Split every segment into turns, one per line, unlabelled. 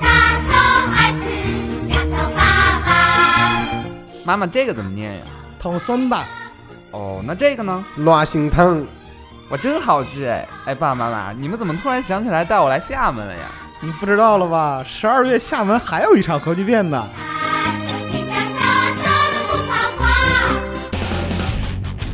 大头儿子，小头爸爸，
妈妈，这个怎么念呀？
头孙子，
哦，那这个呢？
乱心疼，
我真好吃哎！哎，爸爸妈妈，你们怎么突然想起来带我来厦门了呀？
你不知道了吧？十二月厦门还有一场核聚变呢。
大手牵小手，走路不怕花。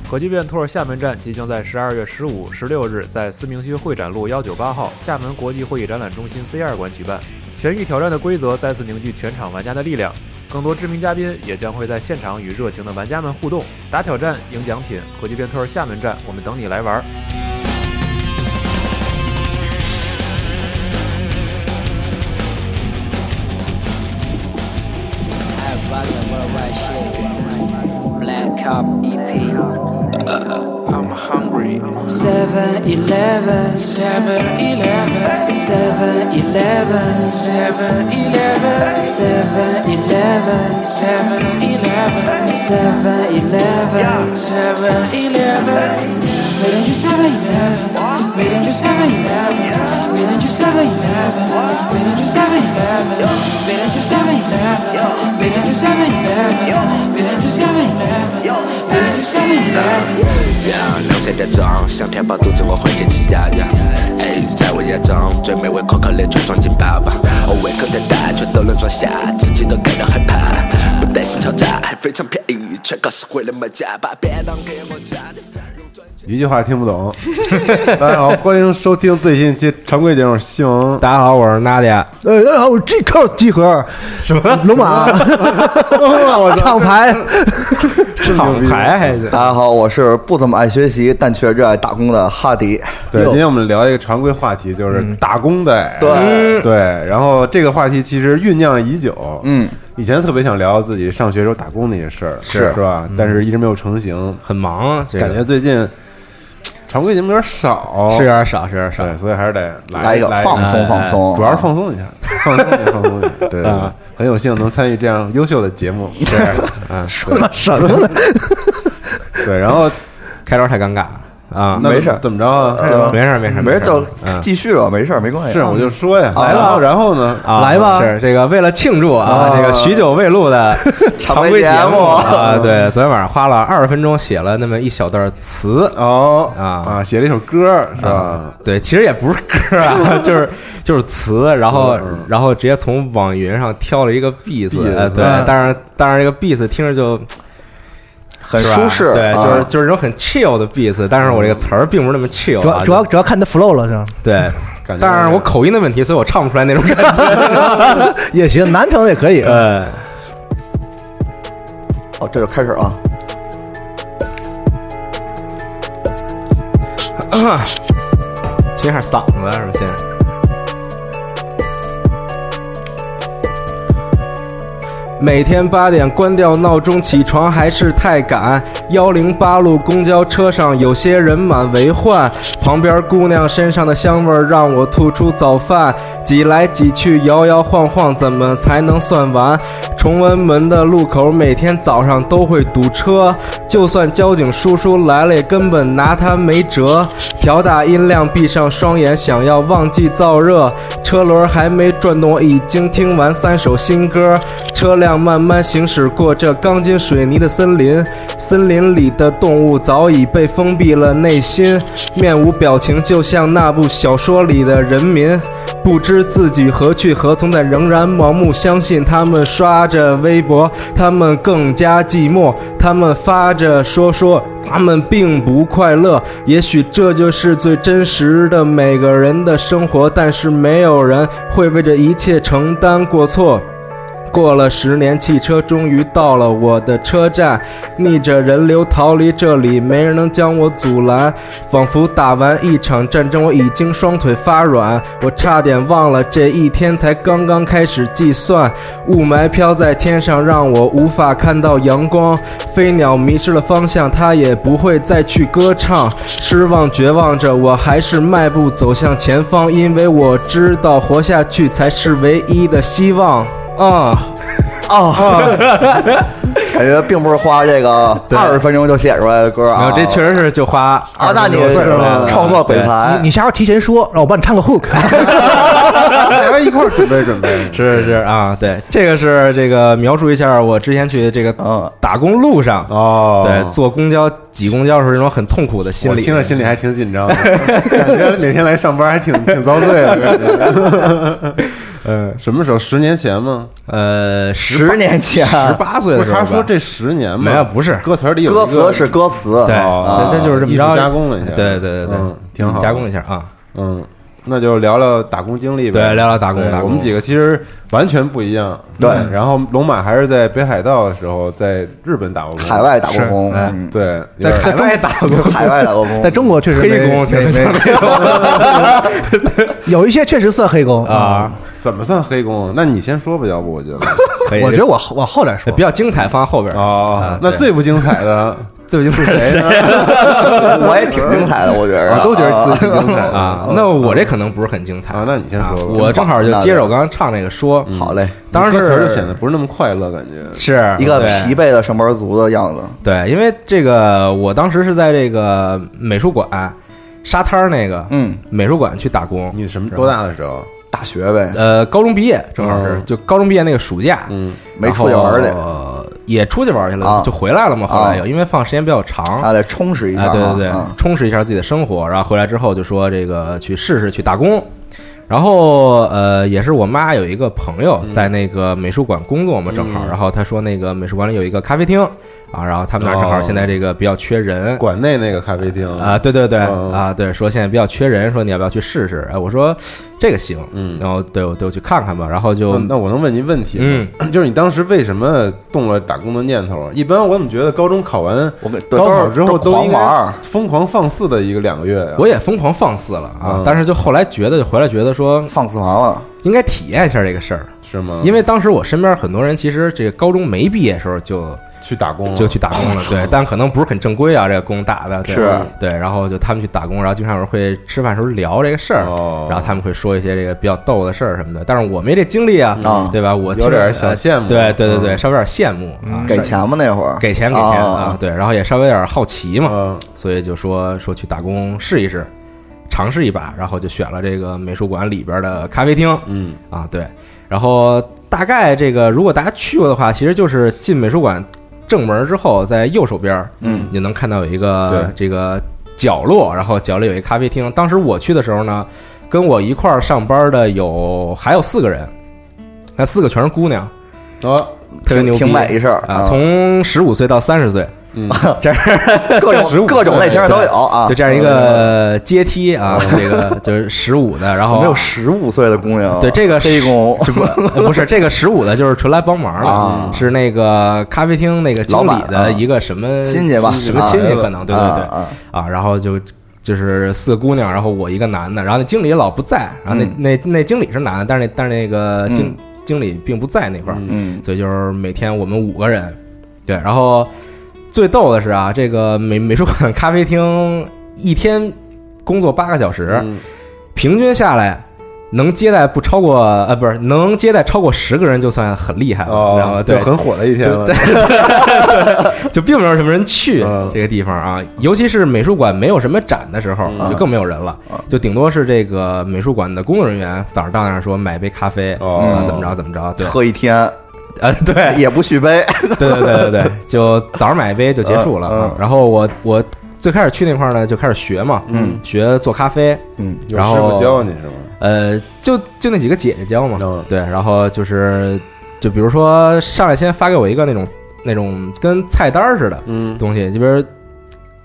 核聚变 Tour 厦门站即将在十二月十五、十六日在思明区会展路幺九八号厦门国际会议展览中心 C 二馆举办。全域挑战的规则再次凝聚全场玩家的力量，更多知名嘉宾也将会在现场与热情的玩家们互动，打挑战、赢奖品。核聚变 Tour 厦门站，我们等你来玩儿。
I rock that worldwide shit. Black Cop E EP.
Uh-uh. I'm hungry.
7 Eleven.
7 Eleven.
7 Eleven.
7 Eleven.
7 Eleven.
7 Eleven.
7 Eleven.
7 Eleven.
Made in you 7 Eleven. Made in you 7 Eleven. Made in you 7 Eleven. Made in you 7 Eleven. Made in you 7 Eleven. Made in you 7 Eleven. Made in you 7 Eleven. Made in you 7 Eleven.
流下的妆，像填饱肚子，我会捡起鸭鸭。哎，在我眼中，最美味口口连珠装进 Oh，爸爸。我胃口再大，全都能装下，自己都感到害怕。不担心敲诈，还非常便宜，全靠实惠的卖家，把便当给我加点加入专辑。
一句话听不懂。大家好，欢迎收听最新一期常规节目《西蒙》。
大家好，我是娜姐。呃，大家
哦
好，我是 G Cos 集合什么龙马厂牌，厂牌还是
大家好，我是不怎么爱学习但却热爱打工的哈迪。
对，今天我们聊一个常规话题，就是打工的。
对
对，然后这个话题其实酝酿已久。嗯，以前特别想聊自己上学时候打工那些事儿，是是吧？但是一直没有成型，
很忙，这个
感觉最近常规节目有点少，
是有点少，是有点少。
对，所以还是得
来一个
来
放
哎
松放松，
主要是放松一下，放松一下，放松一下。对对对，很有幸能参与这样优秀的节目，对，啊，
说他妈什么呢？
对，然后
开头太尴尬了啊！
那
没事儿
怎么着啊？
呃
没事儿没事儿
没
事
事
儿，
就
嗯
继续吧，没事儿没关系。
是，我就说呀，
啊
来了，然后呢？
啊
来吧
是这个为了庆祝啊，这个许久未录的常规
常规
节
节目
啊，对，昨天晚上花了二十分钟写了那么一小段词
哦
啊
啊，写了一首歌是吧？
对，其实也不是歌啊， 就是就是词，嗯然后然后直接从网云上挑了一个 B 字
beat，，
呃对
嗯，
但是但是这个 B 字听着就很
舒适
对，
啊
就是就是一种很 chill 的 B 字，但是我这个词儿并不是那么 chill，
主
啊
要主要主要看他 flow 了是吧？
对
感觉，
但是我口音的问题，所以我唱不出来那种感 觉，
也行，南城也可以。
呃，
哦，这就开始了。啊
清一下嗓子啊是吧？先。每天八点关掉闹钟，起床还是太赶。幺零八路公交车上有些人满为患，旁边姑娘身上的香味儿让我吐出早饭。挤来挤去，摇摇晃晃，怎么才能算完？崇文门的路口每天早上都会堵车，就算交警叔叔来了，也根本拿他没辙。调大音量，闭上双眼，想要忘记燥热。车轮还没转动，我已经听完三首新歌。车辆慢慢行驶过这钢筋水泥的森林，森林里的动物早已被封闭了内心，面无表情，就像那部小说里的人民，不知自己何去何从，但仍然盲目相信他们刷着微博，他们更加寂寞，他们发着说说。他们并不快乐，也许这就是最真实的每个人的生活，但是没有人会为这一切承担过错。过了十年，汽车终于到了我的车站，逆着人流逃离这里，没人能将我阻拦。仿佛打完一场战争，我已经双腿发软，我差点忘了这一天才刚刚开始计算。雾霾飘在天上，让我无法看到阳光。飞鸟迷失了方向，它也不会再去歌唱。失望绝望着，我还是迈步走向前方，因为我知道活下去才是唯一的希望。啊、
哦，感觉并不是花这个二十分钟就写出来的歌
没
啊
有，。这确实是就花
啊，那你是
20分钟了
创作鬼才
你，你下回提前说，让我帮你唱个 hook。
大哎家一块儿准备准 备。
是是啊，对，这个是这个描述一下我之前去这个打工路上
哦
对，坐公交挤公交时候那种很痛苦的心
我
理，
听着心里还挺紧张的，感觉每天来上班还挺挺遭罪的感觉。呃
嗯，
什么时候？十年前吗？
呃，
十年前
十八岁的时候吧。
不是他说
这十年吗？
没有，不是
歌词里有一
歌
个
词是歌词，
对，
啊
那就是这么
哦艺术
着
加工了一下
对对对对
嗯，挺好
加工一下啊，
嗯，那就聊聊打工经历呗。
对聊聊打工
对
打工
我们几个其实完全不一样。
对
嗯然后龙马还是在北海道的时候，在日本打过工，
海外打过工，
哎
嗯
对，
在海外打工，
海外打 过
在
工，
中国确实没
黑工
没没，有一些确实算黑工
啊。
怎么算黑工？啊那你先说吧，要不我觉 得
可以
我觉得我后往后来说
比，较精彩，放在后边
哦
啊，
那
对
最不精彩的
最近是
谁呢？
我也挺精彩的，我觉得
我
啊，
都觉得自己精彩
啊，那我这可能不是很精彩
啊那你先说吧嗯
啊我正好就接着我刚刚唱那个说，
好嘞，
当时
歌词儿就显得不是那么快乐，感觉
是
一个
对
疲惫的上班族的样子，
对，因为这个我当时是在这个美术馆沙滩儿那个
嗯，
美术馆去打工。
你什么多大的时候？
大学呗，
呃，高中毕业正好是
嗯
就高中毕业那个暑假，
嗯，
没出去玩儿去
然后也出去玩儿去了，
啊
就回来了嘛。后来又
啊
因为放时间比较长，
还得充实一下
啊，
啊，
对对对
啊，
充实一下自己的生活，然后回来之后就说这个去试试去打工，然后呃也是我妈有一个朋友在那个美术馆工作嘛，正好，然后她说那个美术馆里有一个咖啡厅啊，然后他们那儿正好
哦
现在这个比较缺人。
馆内那个咖啡厅
啊，对对对，
嗯
啊，对，说现在比较缺人，说你要不要去试试？哎，我说这个行，
嗯
然后对我对我去看看吧，然后就
那那我能问您问题吗？
嗯
就是你当时为什么动了打工的念头？啊一般我怎么觉得高中考完
我们
高考之
都
后都
狂
应
玩
该
儿，
疯狂放肆的一个两个月呀？啊
我也疯狂放肆了啊
嗯，
但是就后来觉得，就回来觉得说
放肆狂了，
应该体验一下这个事儿，
是吗？
因为当时我身边很多人其实这个高中没毕业的时候就
去打工啊了
就去打工了，对，但可能不是很正规啊，这个工打的对
是啊
对，然后就他们去打工，然后经常有人会吃饭时候聊这个事儿，
哦
然后他们会说一些这个比较逗的事儿什么的，但是我没这经历啊，
啊
对吧？我
嗯
呃
有点小羡慕
对对对对，
嗯哦
稍微有点羡慕啊，
给钱吗那会儿？
给钱给钱啊
啊，，
对，然后也稍微有点好奇嘛，
嗯
所以就说说去打工试一试，尝试一把，然后就选了这个美术馆里边的咖啡厅，
嗯
啊，对。然后大概这个，如果大家去过的话，其实就是进美术馆正门之后，在右手边儿，
嗯
你能看到有一个
对
这个呃角落，然后角落有一咖啡厅。当时我去的时候呢，跟我一块儿上班的有还有四个人，那四个全是姑娘，
哦
特别牛逼，
挺买一事儿
啊，从十五岁到三十岁，
嗯，
这样
各
15
种各种类型的都有啊，
就这样一个阶梯啊，这个就是十五的，然后啊
没有十五岁的姑娘，
哦对这个
黑工
是不哦呃不是这个十五的，就是纯来帮忙的，
啊
是那个咖啡厅那个经理
老板啊
的一个什么
亲戚吧
什么亲戚可能，对对对
啊
啊，然后就就是四个姑娘，然后我一个男的，然后那经理老不在，然后那、
嗯
那那经理是男的，但是那但是那个经、经理并不在那块儿，
嗯
所以就是每天我们五个人，对，然后最逗的是啊，这个美美术馆咖啡厅一天工作八个小时，
嗯
平均下来能接待不超过呃，不是能接待超过十个人就算很厉害了，然后
哦，
对，
就很火的一天了
就，就并没有什么人去
嗯
这个地方啊，尤其是美术馆没有什么展的时候，
嗯
就更没有人了，就顶多是这个美术馆的工作人员早上到那儿说买杯咖啡，
哦
啊怎么着怎么着，对，
喝一天
呃对，
也不续杯，
对对对对对，就早上买一杯就结束了。
嗯
啊然后我我最开始去那块儿呢，就开始学嘛，
嗯
学做咖啡，
嗯，
有
然
师
后
傅教你是吗？
呃，就就那几个姐姐教嘛，
嗯
对，然后就是就比如说上来先发给我一个那种那种跟菜单儿似的
嗯
东西，就比如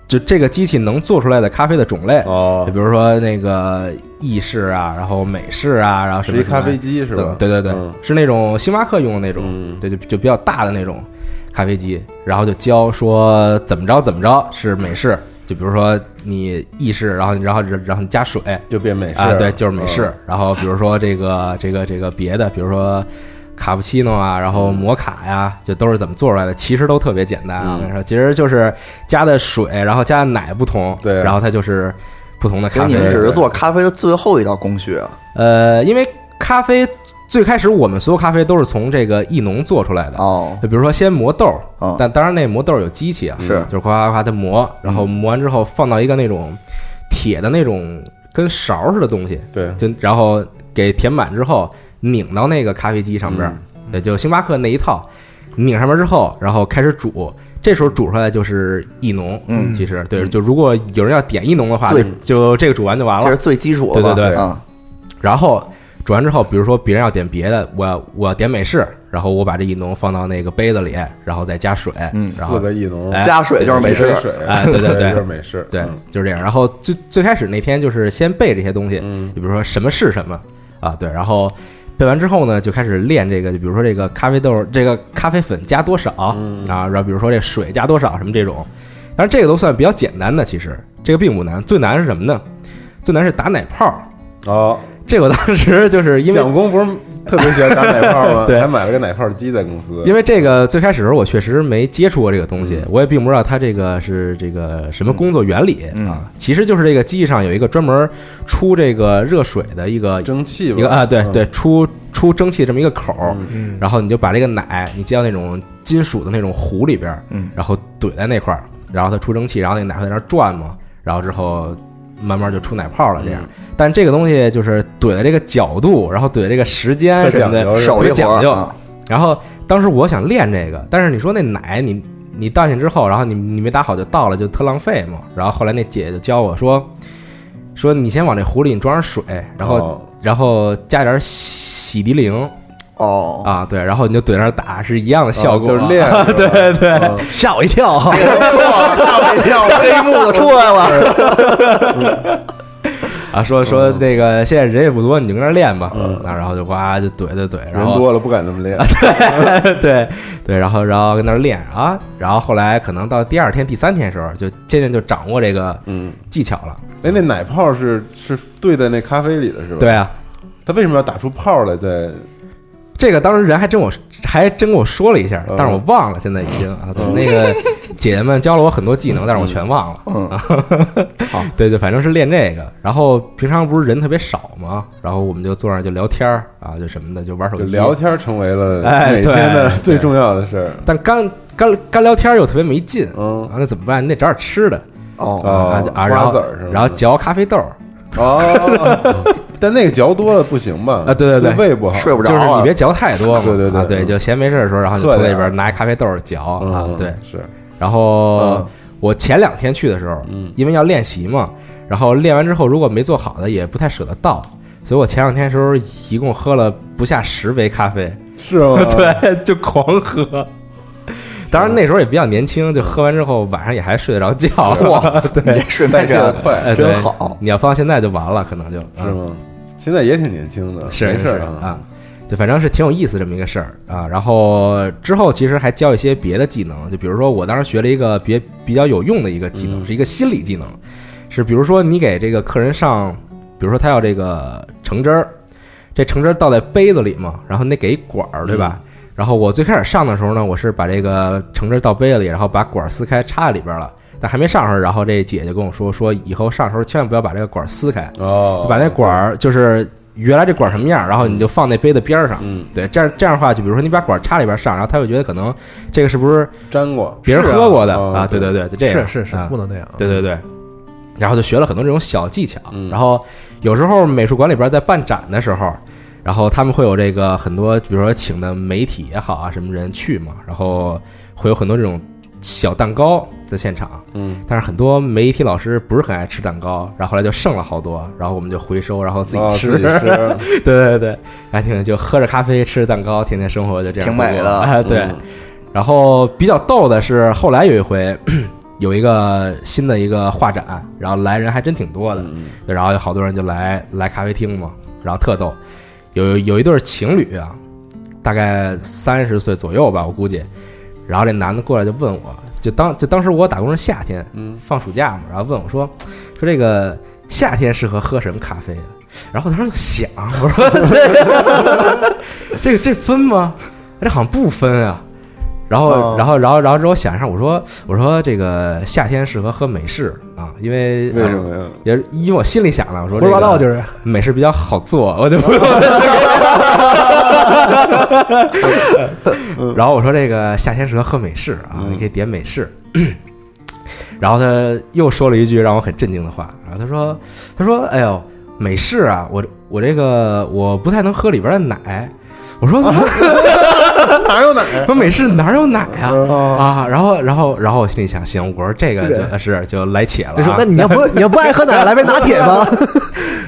就这个机器能做出来的咖啡的种类，
哦
就，比如说那个意式啊，然后美式啊，然后什
是
么
一
什么
咖啡机是吧？
对对对，
嗯
是那种星巴克用的那种，
嗯
对，就就比较大的那种咖啡机，然后就教说怎么着怎么着是美式，就比如说你意式，然后然后然后你加水
就变美式嗯
啊，
了
对，就是美式。，然后比如说这个这个这个别的，比如说。卡布奇诺啊，然后摩卡呀、就都是怎么做出来的？其实都特别简单啊。
嗯
我跟你说，其实就是加的水，然后加的奶不同，
对
然后它就是不同的
其
咖
实
啡。
啊你们只是做咖啡的最后一道工序，
呃，因为咖啡最开始我们所有咖啡都是从这个意浓做出来的
哦，嗯
就比如说先磨豆儿，但当然那磨豆儿有机器啊，
是
就是夸夸夸它磨，然后磨完之后放到一个那种铁的那种跟勺似的东西，
对，
就然后给填满之后拧到那个咖啡机上边儿，
嗯
对，就星巴克那一套，拧上面之后，然后开始煮。这时候煮出来就是意浓，
嗯
其实对，就如果有人要点意浓的话
最，
就这个煮完就完了，
这是最基础
对
的
对
吧
对，
啊
然后煮完之后，比如说别人要点别的，我要我要点美式，然后我把这意浓放到那个杯子里，然后再加水，
嗯
然后
四个意浓
哎
加水就是美式
一杯水
哎，对对对，
就是美式
对
嗯，
就是这样。然后最最开始那天就是先背这些东西，嗯，比如说什么是什么啊，对，然后背完之后呢，就开始练这个，就比如说这个咖啡豆，这个咖啡粉加多少啊，然后比如说这水加多少什么这种，当然这个都算比较简单的，其实这个并不难，最难是什么呢？最难是打奶泡儿。
哦，
这个我当时就是因为
蒋工不是特别喜欢打奶泡吗？
对
还买了个奶泡机在公司，
因为这个最开始的时候我确实没接触过这个东西，我也并不知道它这个是这个什么工作原理、啊。其实就是这个机器上有一个专门出这个热水的一个
蒸汽吧
一个啊，对
嗯
对，出出蒸汽这么一个口儿，
嗯
然后你就把这个奶你接到那种金属的那种壶里边儿，
嗯
然后怼在那块儿，然后它出蒸汽，然后那个奶会在那儿转嘛，然后之后慢慢就出奶泡了这
嗯
样。但这个东西就是怼的这个角度，然后怼的这个时间
特
什么
讲究
的，
是
吧
特别讲
手艺活
究
儿啊。
然后当时我想练这个，但是你说那奶你你倒进去之后，然后你你没打好就倒了，就特浪费嘛。然后后来那姐就教我说。说你先往这壶里装上水，然后、
哦
然后加点洗涤灵
哦
啊，对，然后你就怼那儿打是一样的效果，
哦就是 练是吧
啊对对对、
吓我一跳，
哎
吓我一跳，黑幕都出 来了。
啊，说
嗯
说那个现在人也不多，你就跟那儿练吧，嗯，啊，然后就呱就怼怼怼，然
人
后啊
多了不敢这么练，
对对，然后然后跟那儿练啊，然后后来可能到第二天、第三天的时候，就渐渐就掌握这个
嗯，
技巧了，
哎，那奶泡是是兑在那咖啡里的是吧？
对，啊。
他为什么要打出泡来在？
这个当时人还真我还真跟我说了一下
嗯，
但是我忘了，现在已经啊，对 那个姐姐们教了我很多技能，但是我全忘了。
嗯，
好，对对，反正是练这个。然后平常不是人特别少嘛，然后我们就坐那儿就聊天儿啊，就什么的，就玩手
就
机
聊。天成为了
哎
每天的
对
最重要的事 儿。
但干干干聊天儿又特别没劲
嗯
啊，那怎么办？你得找点吃的
哦，
啊
哦
啊，然
瓜子
后
儿是吗？
然后嚼咖啡豆儿
哦，但那个嚼多了不行吧？
啊，对对对，
就胃不好，
睡不
就是
着
你
了
别。嚼太多嘛，
哦对对对
啊对，
嗯
就闲没事儿的时候，然后就
嗑
从那
点儿
边拿一咖啡豆儿嚼啊，
嗯
对，
是
然后
嗯
我前两天去的时候
嗯，
因为要练习嘛，然后练完之后如果没做好的也不太舍得倒，所以我前两天的时候一共喝了不下十杯咖啡，
是吗？
对，就狂喝。当然那时候也比较年轻，就喝完之后晚上也还睡得着觉。
啊
嚯，你
对
这， 睡
代
眠
谢 的快
哎，
真
对
好。
你要放现在就完了，可能就是嗯
吗？现在也挺年轻的，
是
没
是
事儿
啊，就反正是挺有意思这么一个事儿啊。然后之后其实还教一些别的技能，就比如说我当时学了一个别比较有用的一个技
嗯
能，是一个心理技能，是比如说你给这个客人上，比如说他要这个橙汁儿，这橙汁儿倒在杯子里嘛，然后你得给一管儿，对吧？
嗯
然后我最开始上的时候呢，我是把这个橙汁儿倒杯子里，然后把管儿撕开插在里边了。但还没上上，然后这姐就跟我说说，以后上的时候千万不要把这个管儿撕开，
哦
就，把那管儿就是原来这管儿什么样，然后你就放那杯子边儿上。
嗯
对，这样这样的话，就比如说你把管儿插里边儿上，然后他会觉得可能这个是不是
粘过，
别人
是啊
喝过的
哦
啊？对对对，就这样
是是是
啊，
不能那样。
对对对。然后就学了很多这种小技巧，
嗯
然后有时候美术馆里边在办展的时候，然后他们会有这个很多，比如说请的媒体也好啊，什么人去嘛，然后会有很多这种小蛋糕在现场，
嗯，
但是很多媒体老师不是很爱吃蛋糕，然后后来就剩了好多，然后我们就回收，然后自己
哦
吃。
自 己吃，
对对对，还挺就喝着咖啡，吃着蛋糕，天天生活就这样
挺美
度过
的
哎，对。
嗯
然后比较逗的是，后来有一回 有一个新的一个画展，然后来人还真挺多的，
嗯
对然后有好多人就来来咖啡厅嘛，然后特逗，有有一对情侣啊，大概三十岁左右吧，我估计。然后这男的过来就问我，就当就当时我打工是夏天，
嗯
放暑假嘛，然后问我说，说这个夏天适合喝什么咖啡啊？然后我当时就想， 我说这这个这分吗？这好像不分啊。然后，
哦
然后，然后，然后之后想一下，我说，我说这个夏天适合喝美式啊，因为
为什么呀？
也是因为我心里想了，我说
胡说八道就是是
美式比较好做，我就不用。 然后我说这个夏天适合喝美式啊，
嗯
你可以点美式。 然后他又说了一句让我很震惊的话，然后他说：“他说，哎呦，美式啊，我我这个我不太能喝里边的奶。”我说：“
哪有奶？
说美式哪有奶 啊？
哦
啊！”然后，然后，然后我心里想，行，我说这个就是就来且了啊。
你说那你要不你要不爱喝奶，来杯拿铁吧。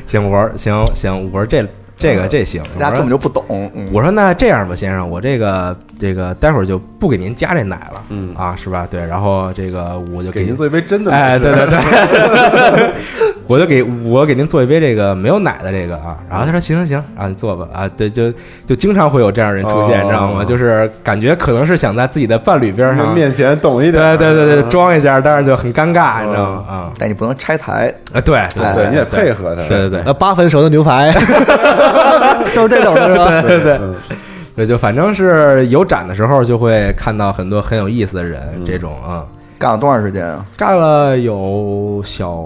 行，我说行行，我说这这
嗯
个这行，
大家根本就不嗯
懂。我说那这样吧，先生，我这个这个待会儿就不给您加这奶了，
嗯
啊，是吧？对，然后这个我就
给您
您
做一杯真的美式
哎，对对对， 我就给我给您做一杯这个没有奶的这个啊。然后他说行行行，啊，你做吧啊，对，就就经常会有这样人出现，
哦
你知道吗？就是感觉可能是想在自己的伴侣边上
面嗯前懂一点儿，
对对对对，装一下，但是就很尴尬，你知道吗？
哦
啊，
但你不能拆台
啊，对
哎
对，
你得配合他
对对对，
呃，八分熟的牛 排，都是这种的是吧？
对对
嗯
对，对，就反正是有展的时候，就会看到很多很有意思的人，
嗯
这种啊，
干了多长时间啊？
干了有小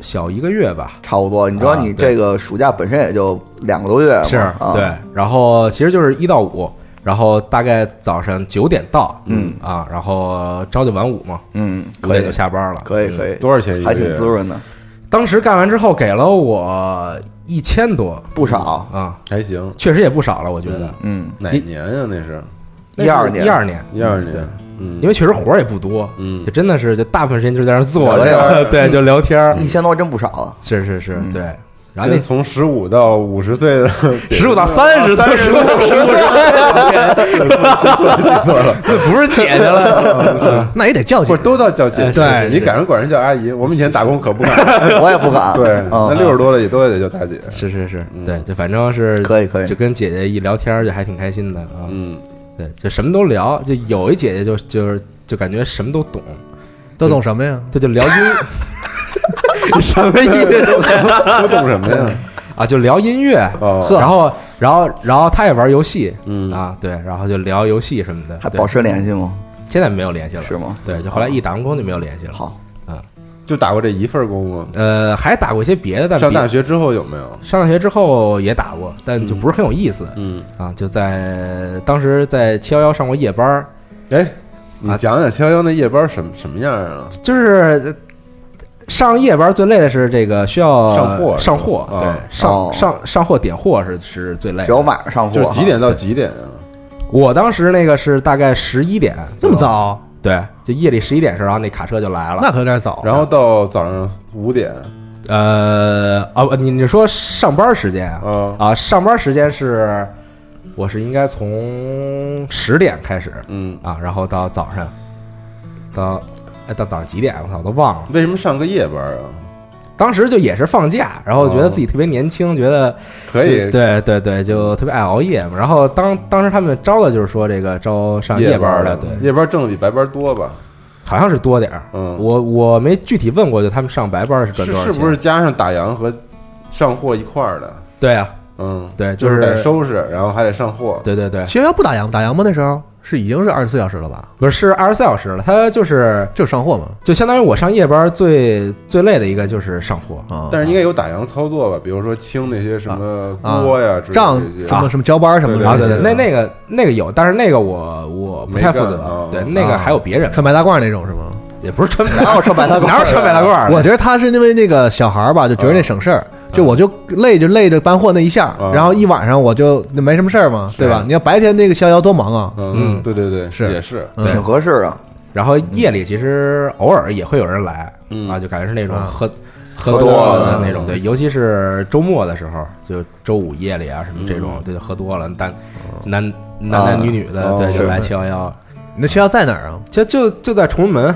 小一个月吧，
差不多。你知道
啊
你
对
这个暑假本身也就两个多月嘛，
是
啊，
对，然后其实就是一到五，然后大概早上九点到，嗯啊，然后朝九晚五嘛，
嗯，可
五
以
点就下班了，嗯
可以可以，
多少钱一个
还
月
挺滋润的，
当时干完之后给了我一千多
不少。
啊，
还行。
确实也不少了，我觉得。
嗯，
哪年啊？那是
一二年
一二年，
一二年，嗯，
因为确实活儿也不多，
嗯
就真的是就大部分时间就是在那儿坐
聊天
着，
儿 嗯
对，就聊天儿，
一千多真不少 啊。
是是是，对。然后
那
那
从十五到五十岁的
十五到三十岁，十五到十 岁，
错了，
那 不是姐姐 了，
那也得叫
不
去
是。都到交
呃
接？
对
你敢管人叫阿姨，我们以前打工可不敢。
我也不敢。
对，
嗯
哦
那六十多了也都得叫大姐。
是是是，对，就反正是
可以可以
就跟姐姐一聊天儿就还挺开心的啊，
嗯，
对，就什么都聊，就有一姐姐就就是就感觉什么都懂，
都懂什么呀？
这就聊音，什么意思
我懂什么 呀？
啊？就聊音乐，
哦
然后然后然后她也玩游戏，
嗯
啊，对，然后就聊游戏什么的，
还
对
保持联系吗？
现在没有联系了，
是吗？
对，就后来一打完工就没有联系了。
好，
就打过这一份工吗？
呃，还打过一些别的，但
上
比
大学之后有没有？
上大学之后也打过，但就不是很有意思、
嗯，
啊。就在当时在七幺幺上过夜班儿，
哎，你
啊
讲讲七幺幺那夜班什么什么样啊？
就是上夜班最累的是这个需要
上货
上货，
是吧
对，
哦
上、
哦
上上货点货是是最累的。
只有晚上上货
就是
哈，
几点到几点啊？
我当时那个是大概十一点，
这么？早？
对，就夜里十一点时候，然后那卡车就来了
那。可有点早。
然后到早上五点
呃，哦，你你说上班时间啊？
啊，
啊，上班时间是，我是应该从十点开始
嗯，
啊，然后到早上，到哎到早上几点？我操，都忘了。
为什么上个夜班啊？
当时就也是放假，然后觉得自己特别年轻，觉得
哦可以
就对对对，就特别爱熬夜嘛。然后当当时他们招的就是说这个招上夜班
班啊
的，对，
夜班挣的比白班多吧？
好像是多点儿。
嗯
我我没具体问过，就他们上白班是赚
是
多少
是
钱？
不是？加上打烊和上货一块儿的？
对啊，
嗯，
对
就
就是
得收拾，然后还得上货。
对对对，
七幺幺不打烊，打烊吗？那时候是已经是二十四小时了吧？
不是是二十四小时了，他就是
就是上货嘛。
就相当于我上夜班最最累的一个就是上货。
啊，
但是应该有打烊操作吧？比如说清那些什么锅呀、之类
账
的这些
什么什么交班什么
啊
啊，
的
对
这
对，
些，
那那个那个有，但是那个我我不太负
没干啊
责，对，那个还有别人，
穿白大褂那种是吗？
也不是 穿白，
哪有穿白大褂？
哪有穿白大？褂的？
我觉得他是因为那个小孩儿吧，就觉得那省事儿，就我就累就累着搬货那一下
啊，
然后一晚上我就那没什么事儿嘛，对吧？你要白天那个逍遥多忙啊，
嗯，
嗯
对对对，
是
也是，
嗯
挺合适的。
然后夜里其实偶尔也会有人来
嗯
啊，就感觉是那种
啊
喝
喝
喝
多
多
了嗯
了的那种，对，尤其是周末的时候，就周五夜里啊什么这种
嗯，
对，喝多了，男男男男女女的，
哦
对，就是来七幺幺，
你那逍遥在哪儿啊？
就就就在崇文门
嗯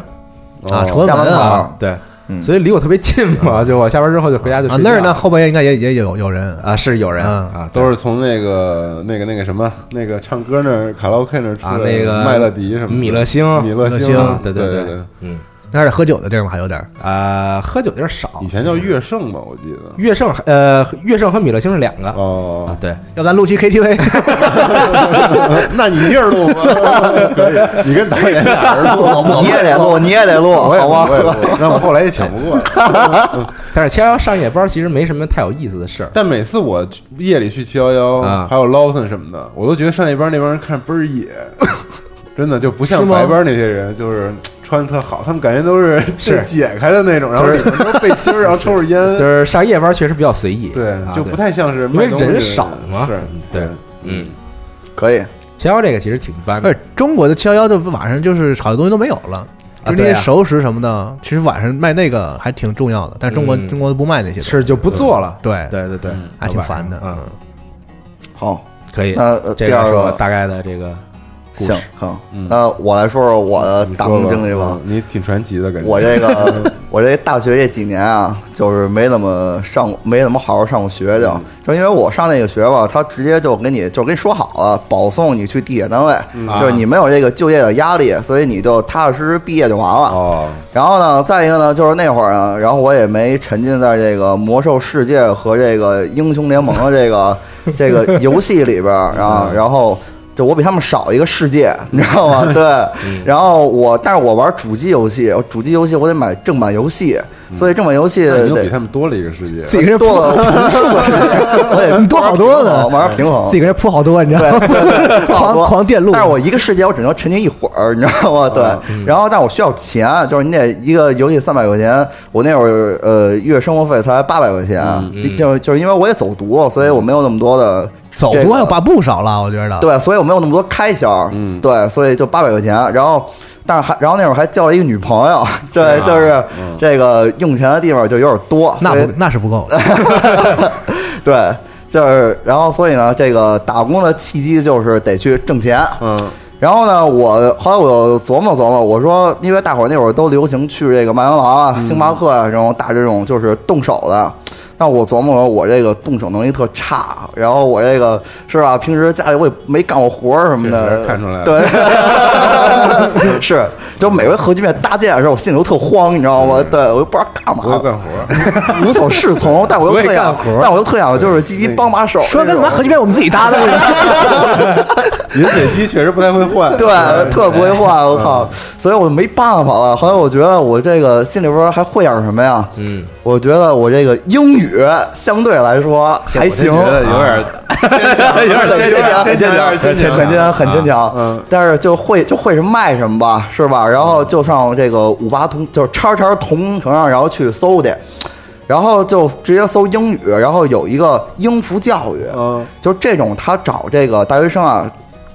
哦
啊，崇文
家门
门
口
啊
啊
对，
嗯
所以离我特别近嘛，就我下班之后就回家就
啊
睡
那儿
觉
呢，后边应该也也有有人，
啊是有人
嗯
啊，
都是从那个那个那个什么那个唱歌那儿卡拉 OK 那儿出来
啊
的
那个
麦乐迪什么的
米勒星
米勒
米勒星
啊对
对对
对
对，嗯，啊
那是喝酒的地儿吗？还有点儿呃，喝酒地儿少，
以前叫乐圣吧，我记得。
乐圣，呃，乐圣和米勒星是两个
哦，
对，要咱录 期 KTV，
那你地儿录吗？可以，你跟导演俩人录，
我你也得录你也得录
我 也
好吧
我也录那我后来也抢不过。
但是七幺幺上夜班其实没什么太有意思的事儿。
但每次我去夜里去七幺幺，还有 Lawson 什么的，我都觉得上一班那帮人看着倍儿野，真的就不像
是吗
白班那些人，就是穿的特好，他们感觉都是
是
解开的那种，然后里面都背心儿，然后抽着烟，
就是上夜班确实比较随意，
对
啊
就不太像是
因为
卖东西的人
人少嘛，
是
对，
嗯，可以。
七幺这个其实挺一
的
般的，
哎
中
国
的七幺幺就晚上就是好多东西都没有了，
啊
就
对
那些
啊
熟食什么的，其实晚上卖那个还挺重要的，但是中国、
嗯
中国不卖那些，是就不做了，对对对对，还挺烦的，嗯，
好，
可以，
那呃
这
第
个
二
是
个
我大概的这个故事
行，好，那我来说嗯说我的打工经历吧。嗯
你挺传奇的感觉。
我这个我这大学这几年啊，就是没怎么上过，没怎么好好上过学就，就因为我上那个学吧，他直接就给你就跟你说好了，保送你去地铁单位，
嗯
就是你没有这个就业的压力，所以你就踏踏实实毕业就完了。
哦。
然后呢，再一个呢，就是那会儿呢，然后我也没沉浸在这个魔兽世界和这个英雄联盟的这个 这个游戏里边儿，然后然后。就我比他们少一个世界，你知道吗？对，然后我，但是我玩主机游戏，我哦主机游戏我得买正版游戏，所以正版游戏
那你又
得
比他们多了一个世界，
自己人多了 无数个世界，我得
多好
多呢，玩平衡，
自己
跟
人铺好多，你知道吗？
狂
狂电路。啊嗯
但是我一个世界我只能沉浸一会儿，你知道吗？对。然后，但我需要钱，就是你得一个游戏三百块钱，我那会儿呃月生活费才八百块钱，
嗯
就就就是因为我也走读，所以我没有那么多的
走啊
这个
多要把不少了，我觉得。
对，所以我没有那么多开销，
嗯
对，所以就八百块钱，然后。但是还，然后那会儿还交了一个女朋友，对，就是这个用钱的地方就有点多，
啊嗯那
所以
不那是不 够的，
对，就是然后所以呢，这个打工的契机就是得去挣钱。
嗯。
然后呢，我后来我又琢磨琢磨，我说，因为大伙儿那会儿都流行去这个麦当劳
嗯
啊、星巴克啊这种打这种就是动手的，但我琢磨了，我这个动手能力特差，然后我这个是吧，平时家里我也没干过活儿什么
确
的
实，看出来了
对， 是，就每回核聚变搭建的时候，我心里都特慌，你知道
嗯
吗？对，我又不知道干嘛，我
干活，
啊无所适从，但我又
我也
特
干
想
活，
但我又特想就是积极帮把手那种。
说跟他妈核聚变我们自己搭的，
饮水机确实不太会换，
对，特不会换，我靠！所以我没办法了。后来我觉得我这个心里边还会点什么呀？
嗯，
我觉得我这个英语相对来说还行，
我真觉
嗯
得
有
有点点
很
牵
牵
强
强，很牵强，
有点
很
牵
牵强，
强
很牵强，很牵强。嗯，但是就会就会什么卖什么吧，是吧？然后就上这个五八同，就是叉叉同城上，然后去搜去。然后就直接搜英语，然后有一个英孚教育，嗯，就这种他找这个大学生啊，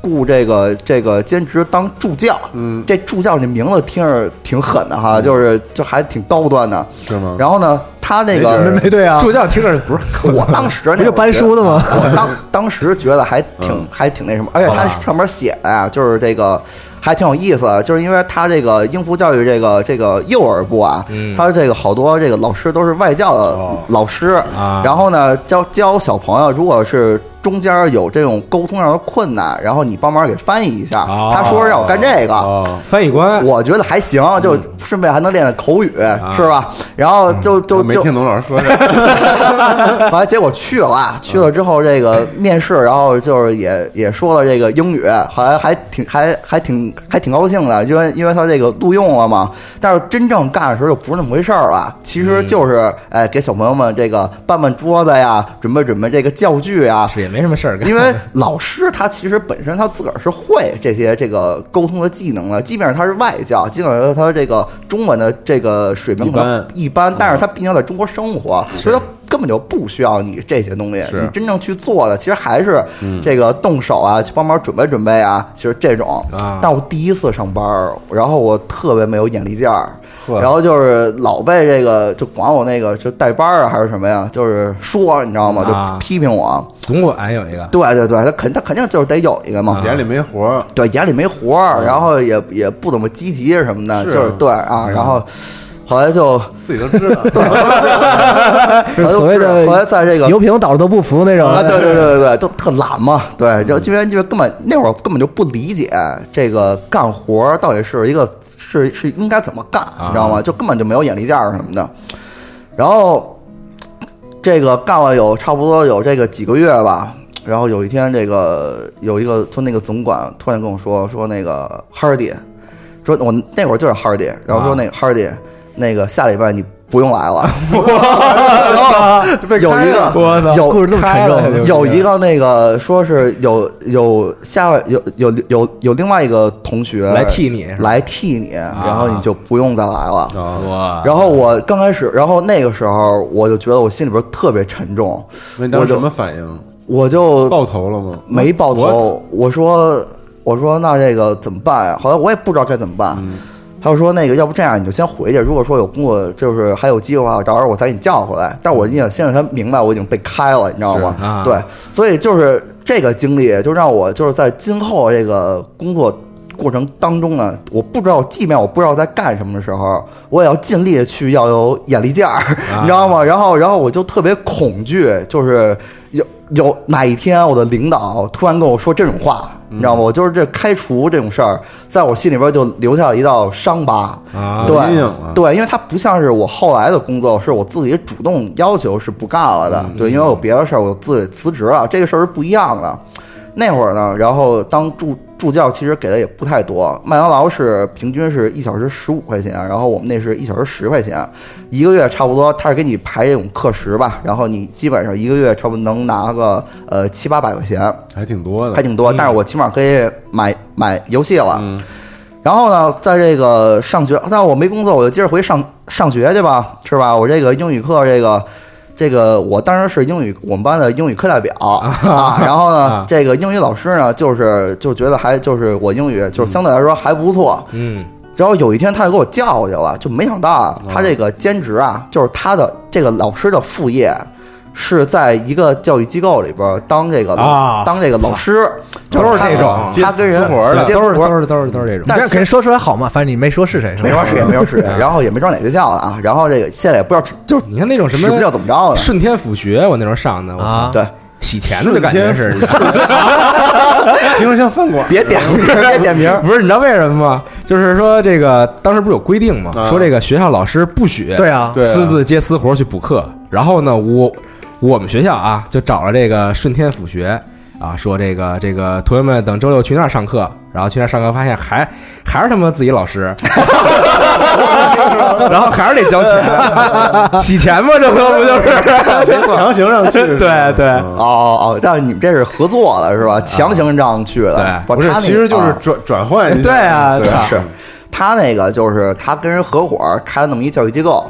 雇这个这个兼职当助教，嗯，这助教这名字听着挺狠的哈，就是就还挺高端的，
是吗？
然后呢，他那个
没没对啊助
教听着不是 我当时那
不就搬书的吗
会儿啊觉得我 当当时觉得还
嗯
挺还挺那什么，而且他上面写的呀，就是这个还挺有意思的，就是因为他这个英孚教育这个这个幼儿部啊，
嗯
他这个好多这个老师都是外教的
哦
老师，
啊
然后呢教教小朋友，如果是。中间有这种沟通上的困难，然后你帮忙给翻译一下。
哦
他说让我干这个，
翻译官，
我觉得还行，就
嗯
顺便还能练练口语，是吧？然后就就
啊嗯没
就
听懂老师说
完了，结果去了，啊去了之后这个面试，然后就是也也说了这个英语，还还挺还还挺还挺高兴的，因为因为他这个录用了嘛。但是真正干的时候就不是那么回事儿了，其实就是、哎给小朋友们这个搬搬桌子呀，准备准备这个教具啊呀，
是也没什么事儿干，
因为老师他其实本身他自个儿是会这些这个沟通的技能的，即便是他是外教，尽管说他这个中文的这个水平可能一般，但是他毕竟在中国生活，所以他根本就不需要你这些东西。
是
你真正去做的，其实还是
嗯
这个动手啊，去帮忙准备准备啊，其实这种。但我第一次上班儿，然后我特别没有眼力见儿，
呵
然后就是老被这个就管我那个就带班儿啊还是什么呀，就是说你知道吗？
啊
就批评我。
总管有一个，
对对对，他肯他肯定就是得有一个嘛，
眼里没活儿，
对，眼里没活儿，然后也也不怎么积极什么的，
是啊
就是对啊，然后后来就
自己都知道，
后来就
所谓的
后来在这个
油瓶倒了都不服那种
啊，对对对对对，都特懒嘛，对，就因为因为根本那会儿根本就不理解这个干活儿到底是一个是是应该怎么干，你知道吗？就根本就没有眼力见儿什么的。然后这个干了有差不多有这个几个月吧。然后有一天，这个有一个村那个总管突然跟我说说那个哈尔迪，说我那会儿就是哈尔迪，然后说那个哈尔迪，那个下礼拜你不用来了。然后有一个
我操
有
故事这么
开
沉重
了有一个那个说是有有下有有有有另外一个同学
来替你是吧啊
来替你，然后你就不用再来了。
哇
然后我刚开始，然后那个时候我就觉得我心里边特别沉重。
那你当
我
时
就
什么反应？
我就
爆头了吗？
没爆头。我说我说那这个怎么办呀？后来我也不知道该怎么
嗯
办。他就说那个要不这样，你就先回去。如果说有工作就是还有机会的话，到时候我再给你叫回来。但我已经先让他明白我已经被开了，你知道吗？
是啊
对，所以就是这个经历，就让我就是在今后这个工作。过程当中呢，我不知道，即便我不知道在干什么的时候，我也要尽力地去要有眼力劲儿，
啊
你知道吗？然后，然后我就特别恐惧，就是有有哪一天我的领导突然跟我说这种话，你知道吗？
嗯
我就是这开除这种事儿，在我心里边就留下了一道伤疤。
啊
对
阴影了。
对，因为它不像是我后来的工作，是我自己主动要求是不干了的。
嗯
对，因为有别的事儿，我自己辞职了，这个事儿是不一样的。那会儿呢，然后当助助教其实给的也不太多，麦当劳是平均是一小时十五块钱，然后我们那是一小时十块钱，一个月差不多，他是给你排这种课时吧，然后你基本上一个月差不多能拿个呃七八百块钱，
还挺多的，嗯
还挺多，但是我起码可以买买游戏了。然后呢，在这个上学，但我没工作，我就接着回上上学去吧，是吧？我这个英语课，这个这个，我当时是英语我们班的英语课代 表啊。然后呢，这个英语老师呢，就是就觉得还就是我英语就是相对来说还不错，
嗯，
然后有一天他就给我叫过去了，就没想到啊，他这个兼职啊，就是他的这个老师的副业。是在一个教育机构里边儿当这个、
啊
当这个老师，
都是
他
这种
他跟人接私
都是
活儿
都是都是都是这种。
但
这样
其
肯定说出来好嘛？反正你没说是谁，是吧
没说是也没说是谁，然后也没说哪个学校的啊，然后这个现在也不知道就是
你看那种什
指不
么
知道怎么着了，
顺天府学，我那时候上的，我操啊，
对，
洗钱的就感觉是。
听着像饭馆。
别点名，别点名，
啊
不是，你知道为什么吗？就是说这个当时不是有规定吗？
啊
说这个学校老师不许对啊
对啊
私自接私活去补课。然后呢，我我们学校啊就找了这个顺天府学啊，说这个这个同学们等周六去那儿上课，然后去那儿上课发现还还是他妈自己老师，然后还是得交钱，洗钱吗？这不不就是？，
强行让去
对对
哦
嗯
哦，哦但是你们这是合作的是吧？强行让去的，
对
不是
他那，个
其实就是
啊
转转换一下。
对啊
对
是他那个就是他跟人合伙儿开了那么一教育机构，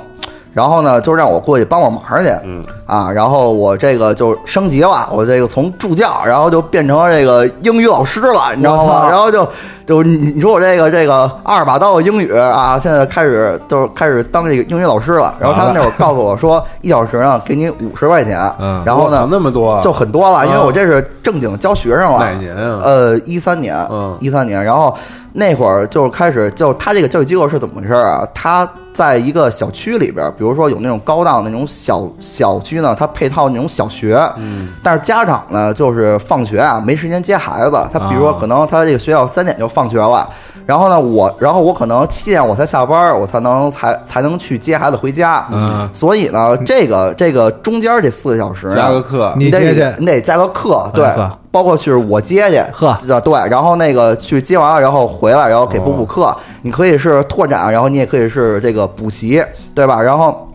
然后呢就让我过去帮我忙去，嗯啊，然后我这个就升级了，我这个从助教，然后就变成这个英语老师了，你知道
我
吗
操？
然后就就你你说我这个这个二把刀的英语啊，现在开始就是开始当这个英语老师了。然后他们那会儿告诉我说，一小时呢给你五十块钱，
嗯
然后
我靠
呢
那么多啊
就很多了，因为
嗯
我这是正经教学生了。
哪年啊
呃，一三年，
嗯
一三年。然后那会儿就开始，就他这个教育机构是怎么回事儿啊？他在一个小区里边儿，比如说有那种高档的那种小小区呢，它配套那种小学，嗯，但是家长呢，就是放学啊没时间接孩子，他比如说
啊
可能他这个学校三点就放学了。然后呢，我，然后我可能七点我才下班儿，我才能才才能去接孩子回家。
嗯
所以呢，这个这个中间儿这四个小时呢
加个课，
你
得
接去
呃你得加个课，对
呵，
包括去我接去，
呵
呃，对，然后那个去接完了，然后回来，然后给
哦
补补课，你可以是拓展，然后你也可以是这个补习，对吧？然后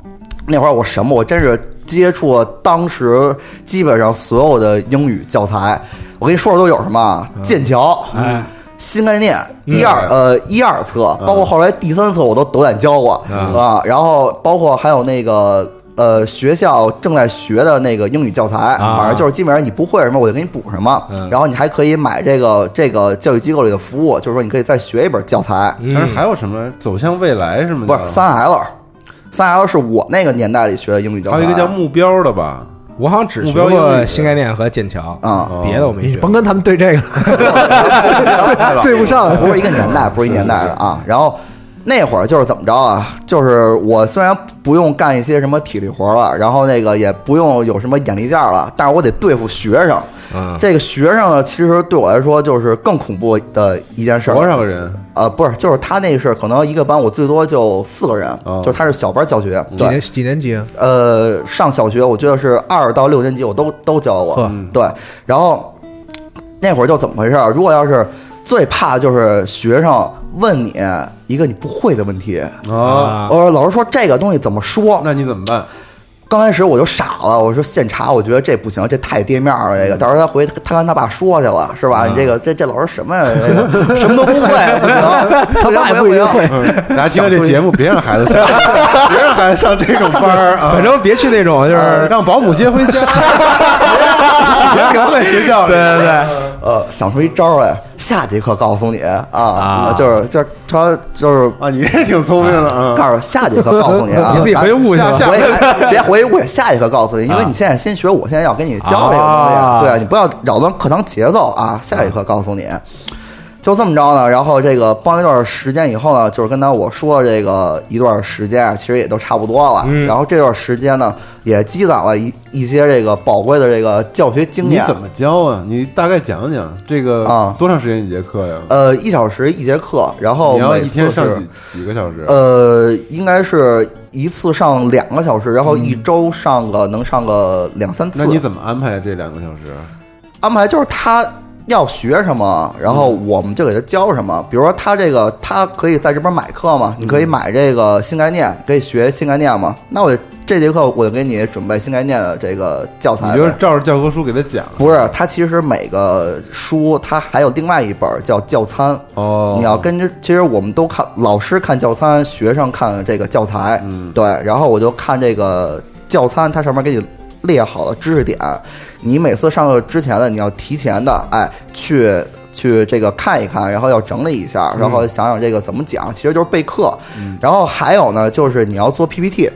那会儿我什么，我真是接触了当时基本上所有的英语教材，我跟你说说都有什么啊，剑桥，
嗯哎嗯
新概念一二呃一二册，包括后来第三册我都斗胆教过
嗯
啊，然后包括还有那个呃学校正在学的那个英语教材，
啊
反正就是基本上你不会什么我就给你补什么
嗯，
然后你还可以买这个这个教育机构里的服务，就是说你可以再学一本教材，
但是还有什么走向未来什么
不
的？
是三 L，三 L 是我那个年代里学的英语教材，
还有一个叫目标的吧？
我好像只学
目标英
过
语
新概念和剑桥
啊
哦
别的我没学学过。过。跟
跟他们对这个对不上
不是一个年代，不是一年代的啊。然后那会儿就是怎么着啊？就是我虽然不用干一些什么体力活了，然后那个也不用有什么眼力劲儿了，但是我得对付学生。
嗯
这个学生呢，其实对我来说就是更恐怖的一件事儿。
多少个人？
呃，不是，就是他那是可能一个班我最多就四个人，就他是小班教学。
哦几
对。
年几年级啊？
呃，上小学我觉得是二到六年级，我都都教过
呵。
对，然后那会儿就怎么回事儿？如果要是最怕就是学生问你一个你不会的问题
啊
我说老师说这个东西怎么说？
那你怎么办？
刚开始我就傻了，我说现查，我觉得这不行，这太跌面儿了。这个，到时候他回他跟他爸说去了，是吧？你这个这这老师什么呀？这个什么都不会，不行， 他爸哎也不一定会。
大家听了这节目，别让孩子上，别让孩子上这种班儿啊！
反正别去那种就是
让保姆接回家，呃 别给他在学校里。
对对
呃，想出一招儿来，下节课告诉你啊，就是就是他就是
啊，你这挺聪明的啊
告 诉下节课告诉你啊，
你自己回去悟去吧
下回哎别回去悟去，下节课告诉你，因
啊
为你现在先学，我现在要给你教这个东
啊
西，对你不要扰乱课堂节奏啊，下节课告诉你。就这么着呢，然后这个帮一段时间以后呢，就是跟他我说这个一段时间啊，其实也都差不多了。
嗯
然后这段时间呢，也积攒了一一些这个宝贵的这个教学经
你
验。
怎么教啊？你大概讲讲这个
啊
多长时间一节课呀？
呃，一小时一节课，然后
你要
每
一
次
天上
是
几几个小时？
呃，应该是一次上两个小时，然后一周上个、能上个两三次。
嗯那你怎么安排这两个小时？
安排？就是他要学什么，然后
嗯
我们就给他教什么。比如说他这个，他可以在这边买课嘛，你
嗯
可以买这个新概念，可以学新概念嘛。那我这节课我就给你准备新概念的这个教材
你
呗。
就是照着教科书给他讲。
不是，它其实每个书它还有另外一本儿叫教参
哦
你要跟着，其实我们都看老师看教参，学生看这个教材，嗯，对，然后我就看这个教参，它上面给你列好了知识点，你每次上课之前的你要提前的，哎，去。去这个看一看，然后要整理一下，然后想想这个怎么讲，其实就是备课。然后还有呢，就是你要做 PPT，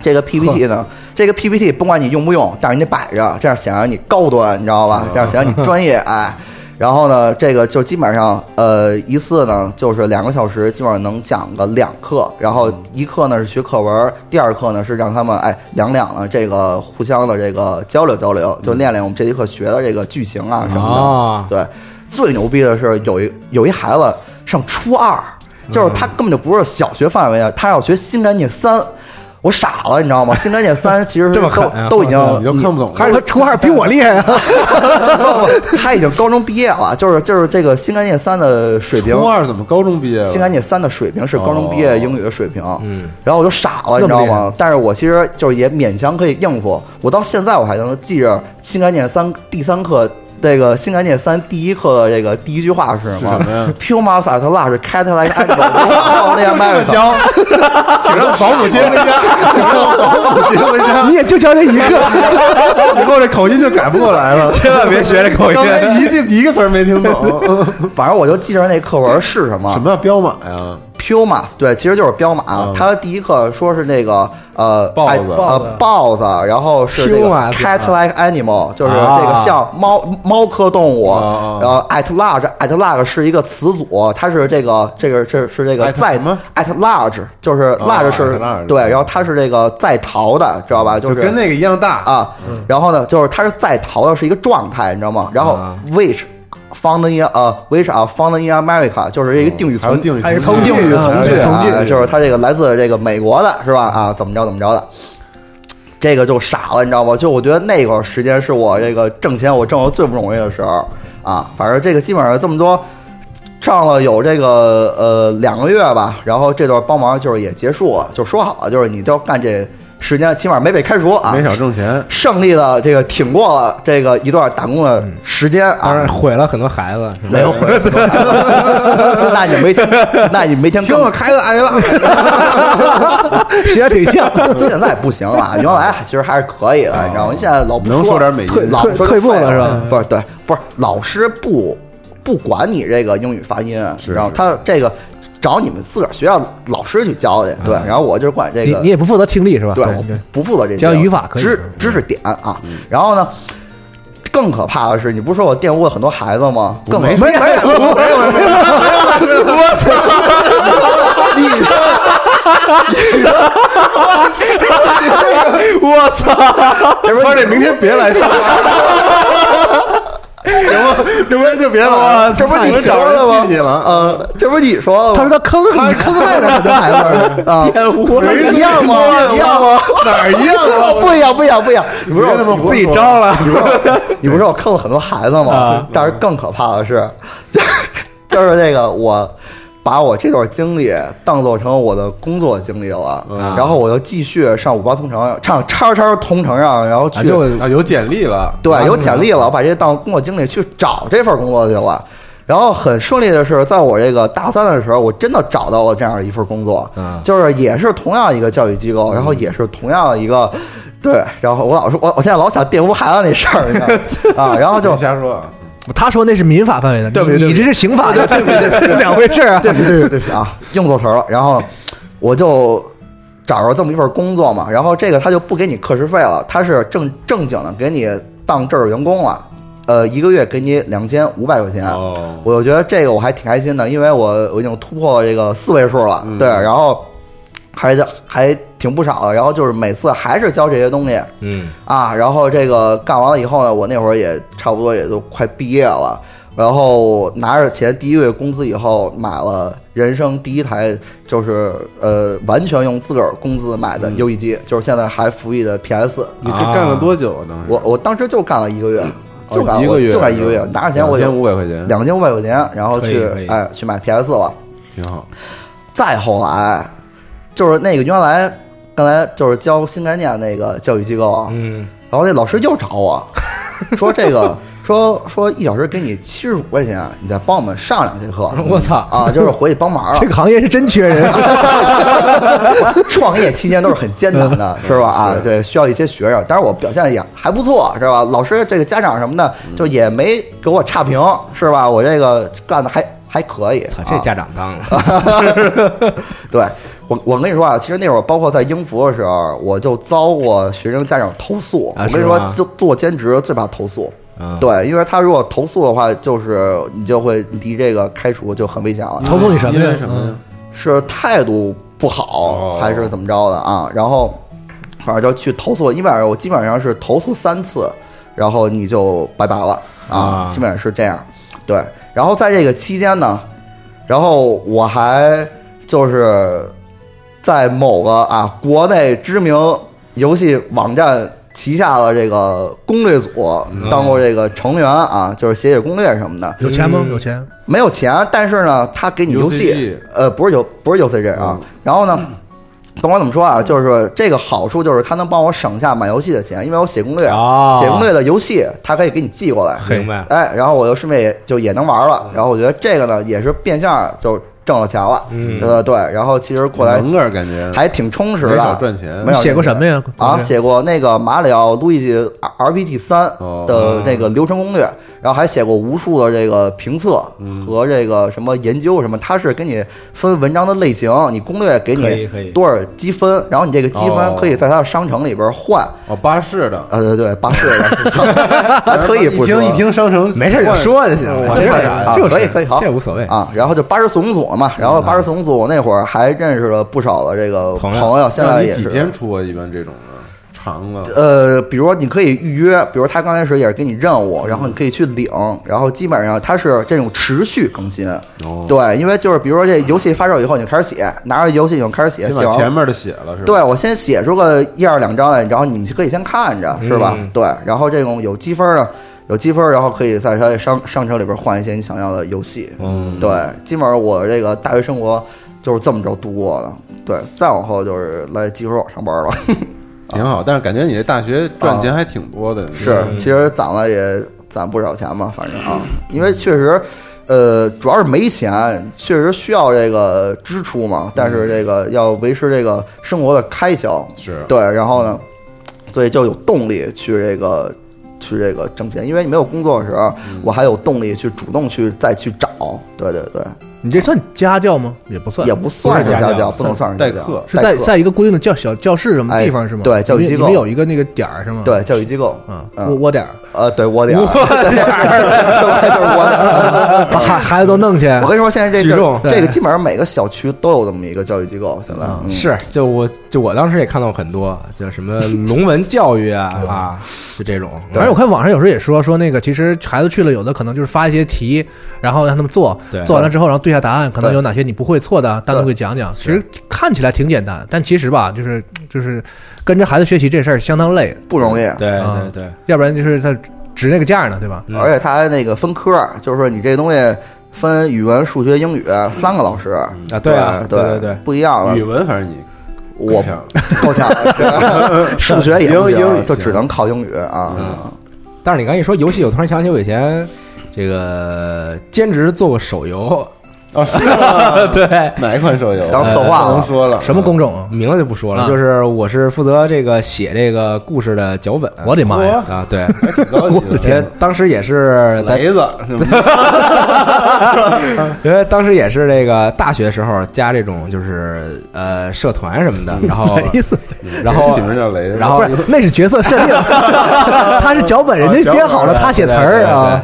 这个 PPT 呢，这个 PPT 不管你用不用，但是你得摆着，这样显得你高端，你知道吧？这样显得你专业，哎。然后呢，这个就基本上，呃，一次呢就是两个小时，基本上能讲个两课。然后一课呢是学课文，第二课呢是让他们哎两两呢这个互相的这个交流交流，就练练我们这节课学的这个剧情啊什么的。
哦
对，最牛逼的是有一有一孩子上初二，就是他根本就不是小学范围的，啊他要学新概念三。我傻了，你知道吗？新概念三其实
这么
都、
狠啊
都已经
你都看不懂了，
还是他初二比我厉害啊？
不不 他已经高中毕业了，就是就是这个新概念三的水平
初，二怎么高中毕业了？
新概念三的水平是高中毕业英语的水平。
嗯，
然后我就傻了，你知道吗？但是我其实就是也勉强可以应付。我到现在我还能记着新概念三第三课，这个新概念三第一课的这个第一句话是什么？
什么呀
p u m a s a t l a s Catalyze a n g e
哦
l 那样 卖的。
教，请让保姆接回家，请让保姆接回家。
你也就教这一个，
以后这口音就改不过来了，
千万别学这口音
刚。才一句一个词儿没听懂，
反正我就记着那课文是什么。
什么叫彪马
啊
呀？
Pumas，对，其实就是彪马。啊
嗯
它第一课说是那个呃
豹子嗯
哎呃豹子，然后是这个
Pumas，
cat-like animal，就是这
啊
个像猫猫科动物。
啊啊
然后 at large at large 是一个词组，它是这个这个这是这个
at
在
什么啊
at large，就是 large 是
at large 嗯
对，然后它是这个在逃的，知道吧？
就是跟那个一嗯样大。
啊，然后呢，就是它是在逃的是一个状态，你知道吗？然后
啊
which found in 呃 which are found in America 就是一个定语
哦还有
从
定语
哎
从
从
定语
啊
从句
从句
啊，就是它这个来自这个美国的是吧？啊，怎么着怎么着的。这个就傻了，你知道吗？就我觉得那会儿时间是我这个挣钱我挣的最不容易的时候啊。反正这个基本上这么多，上了有这个呃两个月吧，然后这段帮忙就是也结束了，就说好了，就是你就干这时间，起码没被开除啊，
没少挣钱，
胜利的这个挺过了这个一段打工的时间
当然
啊，
毁了很多孩子，是吧
没有回来。 那你没听，那你没听
听我
更。
开的阿 里 拉，
学得挺像，
现在不行 了，原来其实还是可以的，你知道吗？现在老不
能说点美音
退老不啊说就
退退步了
废哎
是吧
不是，对，不是老师不不管你这个英语发音，
是
然后
是
他这个找你们自个儿学校老师去教去，对，然后我就管这
你
个
你也不负责听力是吧？
对，我不负责这些，
只要语法可以
嗯知知识点啊。然后呢，更可怕的是，你不是说我玷污了很多孩子吗？更
没没有没有没有没有没有
我操！你 说，你说，
我操！
不是，明天别来 上。这不就别
啊
了，这不是你说的吗？嗯，这不是你说的吗？他说坑你坑害了很多孩子啊！我说一样吗？一样吗？ 哪儿一样啊？ 不一样，不一样，不一样！你不是
自己招了，
你不是你不是我坑了很多孩子吗？但是更可怕的是，就是就是那个我。把我这段经历当做成我的工作经历了，然后我又继续上五八同城，上叉叉同城上，然后去
啊就啊有简历了，
对，有简历了，我把这当工作经历去找这份工作去了。然后很顺利的是，在我这个大三的时候，我真的找到了这样的一份工作，
嗯
就是也是同样一个教育机构，然后也是同样一个，对，然后我老说，我我现在老想玷污孩子那事儿你知道吗，啊，然后就
瞎说，
他说那是民法范围的，
对不起
你你这是刑法的，
对不起对不起
两回事啊。
对不起，对不起 对不起啊，用错词儿了。然后我就找着这么一份工作嘛，然后这个他就不给你课时费了，他是正正经的给你当正式员工了。呃，一个月给你两千五百块钱，
哦
哦
我就觉得这个我还挺开心的，因为我我已经突破这个四位数了，
嗯
对，然后还还挺不少的，然后就是每次还是交这些东西，
嗯
啊，然后这个干完了以后呢，我那会儿也差不多也都快毕业了，然后拿着钱第一个月工资以后，买了人生第一台，就是呃完全用自个儿工资买
嗯
的游戏机，就是现在还服役的 PS。
你这干了多久啊呢？
我我当时就干了一个月，就干
哦一
我
个月，
就干一个月，拿着钱我就
千五百块钱，
两千五百块钱，然后
可以
去
可以
哎去买 PS 了。
挺好。
再后来，就是那个原来刚才就是教新概念那个教育机构，啊
嗯，
然后那老师又找 我，说这个说说一小时给你七十五块钱，你再帮我们上两节课。
我操
啊，就是回去帮忙了
这。个行业是真缺人，
创业期间都是很艰难
嗯
的，是吧？啊，对，需要一些学生。但是我表现也还不错，是吧？老师、这个家长什么的，
嗯
就也没给我差评，是吧？我这个干的还还可以。
操，
啊
这家长当了，
对我，我跟你说啊，其实那会儿包括在英孚的时候，我就遭过学生家长投诉。
啊
我跟你
是
说
吗，
就做兼职最怕投诉。
嗯
对，因为他如果投诉的话，就是你就会离这个开除就很危险了。
投诉你什么
因
呀
为？什么呀？
是态度不好还是怎么着的啊？然后反正就去投诉，一般我基本上是投诉三次，然后你就拜拜了啊
啊，
基本上是这样。对，然后在这个期间呢，然后我还就是在某个啊国内知名游戏网站旗下的这个攻略组当过这个成员啊，就是写写攻略什么的。
有钱吗？嗯有钱？
没有钱，但是呢，他给你游戏
UCG，
呃，不是游不是 UCG 啊。然后呢，甭管怎么说啊，就是这个好处就是他能帮我省下买游戏的钱，因为我写攻略，
哦
写攻略的游戏他可以给你寄过来，
明白
哎，然后我又顺便也就也能玩了。然后我觉得这个呢，也是变相就挣了钱了，
嗯
呃，对。然后其实过来
能个感觉
还挺充实
没
的
少，赚钱
没少
写过
赚
什
钱
么呀？
啊，写过那个马里奥、路易吉 RPG 三
哦
的那个流程攻略，然后还写过无数的这个评测
嗯
和这个什么研究什么，它是给你分文章的类型，你攻略给
可以
你
可以
多少积分，然后你这个积
哦
分可以在它的商城里边换。
哦，巴士的，
呃，对对，巴士的， 操还特意不
一听一听商城，
没事就说就行了，
我
这
这
事
啊
儿，
可以可以好
这无所谓。
啊，然后就巴士怂恿组嘛，然后巴士怂恿组那会儿还认识了不少的这个
朋友
朋友，现
那
在
你
也
几
是。
天出啊？一般这种的长了，
呃，比如说你可以预约，比如他刚开始也是给你任务，
嗯
然后你可以去领，然后基本上它是这种持续更新。
哦
对，因为就是比如说这游戏发售以后，你就开始写，拿着游戏你就开始写，
先
写
把
完
前面的写了是吧？
对，啊我先写出个一二两章来，然后你们就可以先看着，是吧？
嗯
对，然后这种有积分的，有积分，然后可以在它的商商城里边换一些你想要的游戏。
嗯，
对，基本上我这个大学生活就是这么着度过的。对，再往后就是来集合网上班了。
挺好。但是感觉你这大学赚钱还挺多的，
啊是，其实攒了也攒不少钱吧，反正啊，因为确实，呃，主要是没钱，确实需要这个支出嘛，但是这个要维持这个生活的开销，
是
对，然后呢，所以就有动力去这个。去这嗯个挣钱，因为你没有工作的时候，我还有动力去主动去再去找。对对对，
你这算家教吗？也不算，
也不算是
不是
家
家
教不能算是家教代课
是在
代课
在一个固定的教小教室什
哎
么地方是吗？
对教育
你们
机构
你们有一个那个点儿是吗？
对，教育机构，
窝窝点儿，
呃，对窝点儿，
把孩孩子都弄去。
我跟你说，现在这
举
地儿
重
这个
对
基本上每个小区都有这么一个教育机构，现在、嗯
是，就我就我当时也看到很多，就什么龙文教育 啊啊，就这种。
反正我看网上有时候也说说那个，其实孩子去了，有的可能就是发一些题，然后让他们做
哎对，
做完了之后，然后对一下答案，可能
对
有哪些你不会错的，单独给讲讲。其实看起来挺简单，但其实吧，就是就是跟着孩子学习这事儿相当累，
不容易对
啊
对对，
要不然就是他值那个价呢，对吧？
而且它还那个分科儿，就是说你这东西分语文、数学、英语三个老师啊
对啊
对
对对对
不一样了。
语文反正你
啊我
够呛
够呛，对数学也不
英
行
英语
就只能靠英语啊。
但是你刚一说游戏，我突然想起我以前这个兼职做过手游。
哦是吗
对，
哪一款手游当策划了
呃
不能说了什么
工种？
名字就不说了，
啊
就是我是负责这个写这个故事的脚本。
我的妈呀！哎
啊，对，
哎高级的
我的天！当时也是在
雷子是吗？
因为当时也是这个大学时候加这种就是呃社团什 么的，然后
雷子
然后
起名叫雷子
然后
不是那是角色设定，他是脚本，人家编 好了，他写词儿啊。。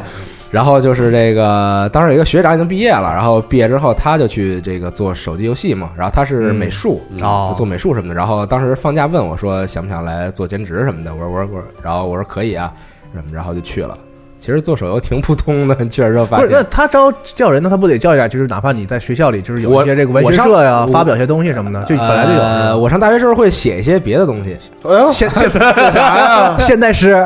然后就是这个，当时有一个学长已经毕业了，然后毕业之后他就去这个做手机游戏嘛，然后他是美术，嗯
哦
做美术什么的。然后当时放假问我说想不想来做兼职什么的，我说我说我说，然后我说可以啊，什么，然后就去了。其实做手游挺普通的， 去了之后发
不是，那
现。
他招叫人，那他不得叫一下？就是哪怕你在学校里，就是有一些这个文
我
学
上
社呀，
我
发表一些东西什么的，就本来就有。是
呃，
吧
我上大学时候会写一些别的 东西，
哎
现现 现代诗，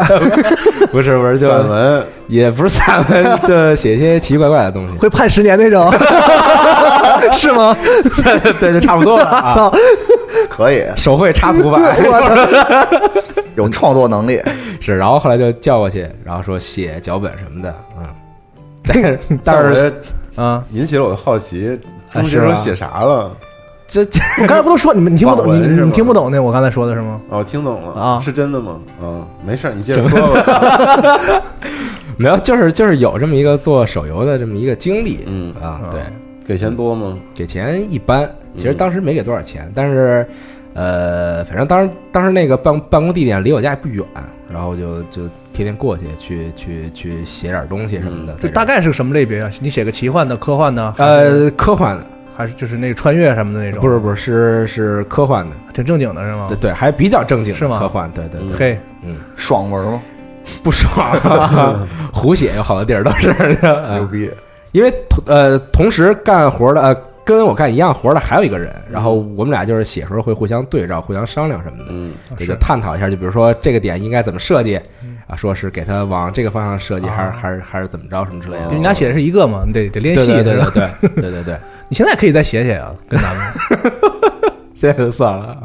不是不是，就散文也不是散 文，就写一些奇奇怪怪的东西。
会判十年那种，是吗？
对，就差不多 了啊
操，
可以，
手绘插图 吧
我操，有创作能力。
是，然后后来就叫过去，然后说写脚本什么的， 嗯。但是但
但
是
是
啊，
引起了我的好奇，
啊
中学
是
时候
吗
写啥了？
这这，
我刚才不都说你们你听不懂，
网
你
文是吗
你听不懂那我刚才说的是吗？
哦，听懂了
啊
是真的吗？嗯，没事儿，你接着说吧。
没有，就是就是有这么一个做手游的这么一个经历，嗯啊，对，
给钱多吗？
给钱一般，其实当时没给多少钱，但是呃，反正当时当时那个办办公地点离我家也不远，然后就就天天过去去去去写点东西什么的，
就
在这
大概是个什么类别啊？你写个奇幻的、科幻的，
呃，科幻的，
还是就是那个穿越什么的那种？
不是不是是是科幻的，
挺正经的是吗？
对对，还比较正经的
哦是吗
科幻，对对对，
嘿，
嗯，
爽文吗？
不爽，胡写有好多地儿都 是牛
逼。
因为同呃，同时干活的呃，跟我干一样活的还有一个人，然后我们俩就是写时候会互相对照、互相商量什么的，
嗯，
对，
是
就探讨一下，就比如说这个点应该怎么设计啊，说是给他往这个方向设计，还是还是还是怎么着什么之类的。
你俩写的是一个嘛，你得得练
对
戏，
对对
是吧
对对对对对，
你现在可以再写写啊，跟咱们
现在就算了啊，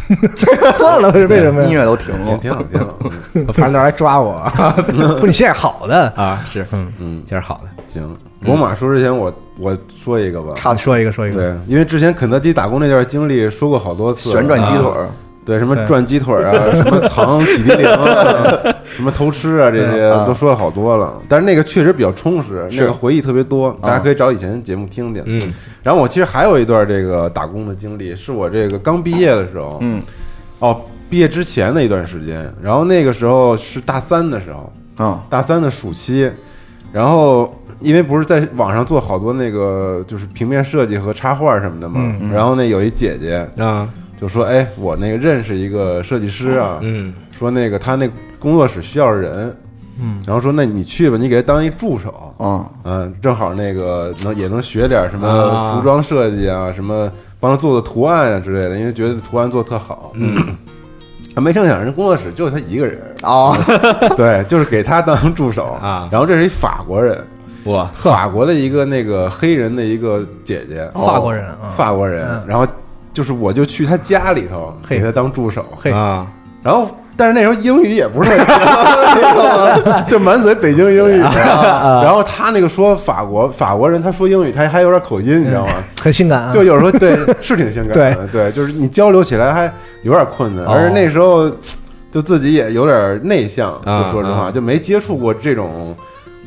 算了，为什么呀？
音乐都停了，
嗯 挺好，挺好。
我怕人到时候还抓我
不，你写点好的
啊，是，
嗯
嗯，
这是好的。
行，罗马说之前，我我说一个吧。
差
说一个，说
嗯
一
对，因为之前肯德基打工那段经历说过好多次了，
旋转鸡腿儿
啊对，什么
对
转鸡腿儿 啊，什么藏洗涤灵啊，什么偷吃啊，这些
对啊
都说了好多了。但是那个确实比较充实，
是啊
那个回忆特别多，大家可以找以前的节目听听。
嗯，
然后我其实还有一段这个打工的经历，是我这个刚毕业的时候，
嗯，
哦，毕业之前的一段时间。然后那个时候是大三的时候，
嗯，
大三的暑期，然后因为不是在网上做好多那个就是平面设计和插画什么的嘛，
嗯嗯
然后那有一姐姐
啊，
就说：“哎，我那个认识一个设计师啊，
嗯，
说那个他那工作室需要人，
嗯，
然后说那你去吧，你给他当一助手，
嗯
正好那个能也能学点什么
啊
服装设计啊，什么帮他做做图案啊之类的，因为觉得图案做得特好， 嗯。”啊，没成想人工作室就他一个人
哦，
对，就是给他当助手啊。然后这是一法国人，
哇，
法国的一个那个黑人的一个姐姐，
法国人啊
哦法国人。然后就是我就去他家里头给他当助手，
嘿
啊。
然后但是那时候英语也不是特行，你知道 吗 就满嘴北京英语。
啊
然后他那个说法国法国人，他说英语他还有点口音，你知道吗？
很性感啊，
就有时候对是挺性感的，
对
对，就是你交流起来还有点困难，
哦
而那时候就自己也有点内向，
啊
就说实话，
啊
就没接触过这种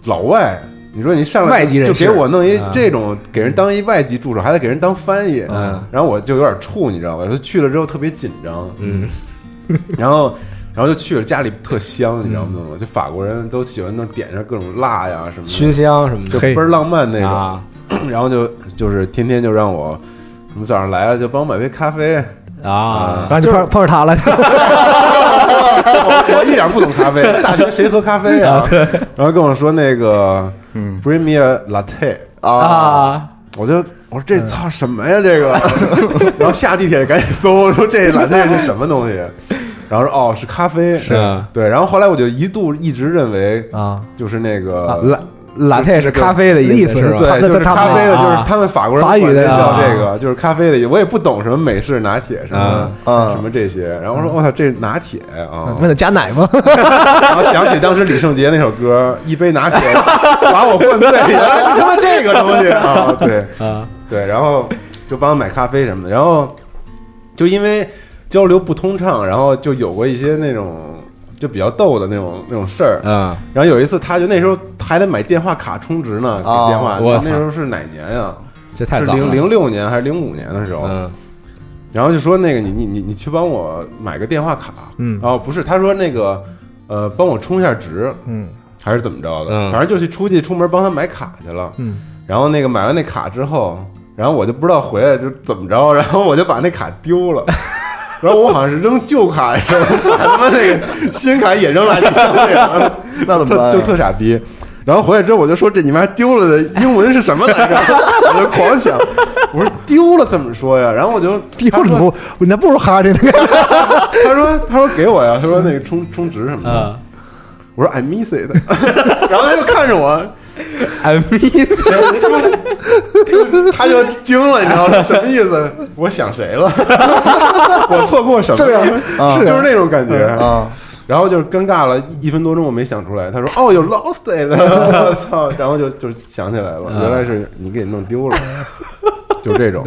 老外你说你上来
外籍人士
就给我弄一
啊
这种给人当一外籍助手，还得给人当翻译，
嗯，
然后我就有点怵，你知道吧？就去了之后特别紧张，
嗯，
然后然后就去了，家里特香，你知道吗？就法国人都喜欢弄点上各种辣呀什么的
嗯熏香什么的
就倍儿浪漫那
啊
种， 然后就就是天天就让我，你早上来了就帮我买杯咖 啡。
啊
然后就碰碰上他了，
我我一点不懂 咖啡，大学谁喝咖啡啊
啊？对
然后跟我说那个，嗯，Bring me a latte
啊，
我就我说这
嗯
操什么呀这个，然后下地铁赶紧搜说这 latte 是什么东 西，然后说哦是咖啡，
是
对，然后后来我就一度一直认为
啊
就是那个
拉拉泰是咖啡的
意
思是吧？
对，就是咖啡的，
啊
就是他们法国人
啊法语的
管这叫
啊
这个，就是咖啡的。我也不懂什么美式拿铁什么
啊
什么这些，然后
嗯
我说我操，这是拿铁 啊！
问他加奶吗？
然后想起当时李圣杰那首歌《一杯拿铁》，把我灌醉，原来是他妈这个东西啊！对
啊，
对，然后就帮我买咖啡什么的，然后就因为交流不通畅，然后就有过一些那种。就比较逗的那种那种事儿，
嗯，
然后有一次，他就那时候还得买电话卡充值呢，给
哦
电话。
我
那
操
时候是哪年啊呀？
这太
是
早了
零零六年还是零五年的时候？嗯。然后就说那个你你你你去帮我买个电话卡，
嗯
然后不是他说那个呃帮我充一下值，
嗯，
还是怎么着的，
嗯
反正就去出去出门帮他买卡去了，
嗯，
然后那个买完那卡之后，然后我就不知道回来就怎么着，然后我就把那卡丢了。然后我好像是扔旧卡，然后把他妈那个新卡也扔垃圾箱里了，
那怎么办呀
就特傻逼。然后回来之后我就说：“这你妈丢了的英文是什么来着？” 我就狂想，我说丢了怎么说呀？然后我就
丢了不，你那不如哈这 那个，
他说他说给我呀，他说那个充充值什么的。我说 I miss it，然 后他就看着我
，I miss，
他就惊了，你知道吗？什么意思？我想谁了？ 我错过什么
对
了
啊？是啊
就是那种感觉
啊。
然后就是尴尬了一一分多钟，我没想出来。他说：“哦，有 lost it，我 操！”然后就就想起来了，
啊
原来是你给弄丢了，就这种。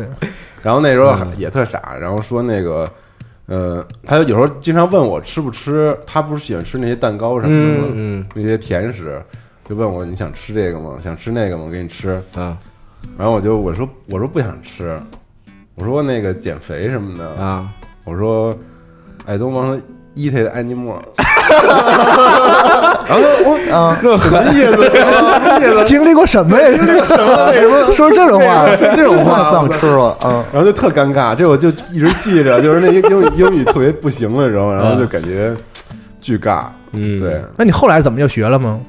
然后那时
嗯
候也特傻，然后说那个，呃，他有时候经常问我吃不吃，他不是喜欢吃那些蛋糕什么的吗？
嗯嗯
那些甜食，就问我你想吃这个吗？想吃那个吗？我给你吃。
嗯，
然后我就我说我说不想吃，我说那个减肥什么的
啊，
我说哎 I don't want to eat it anymore。然后我
啊，
什么意思？什么意思？
经历过什么呀？
经历过什么？为什 么
说这种 话
为什么说这种话？
不想吃了嗯，
然后就特尴尬，这我就一直记着，就是那英英语英语特别不行的时候，然后就感觉巨尬。
嗯，
对，
那你后来怎么就学了吗？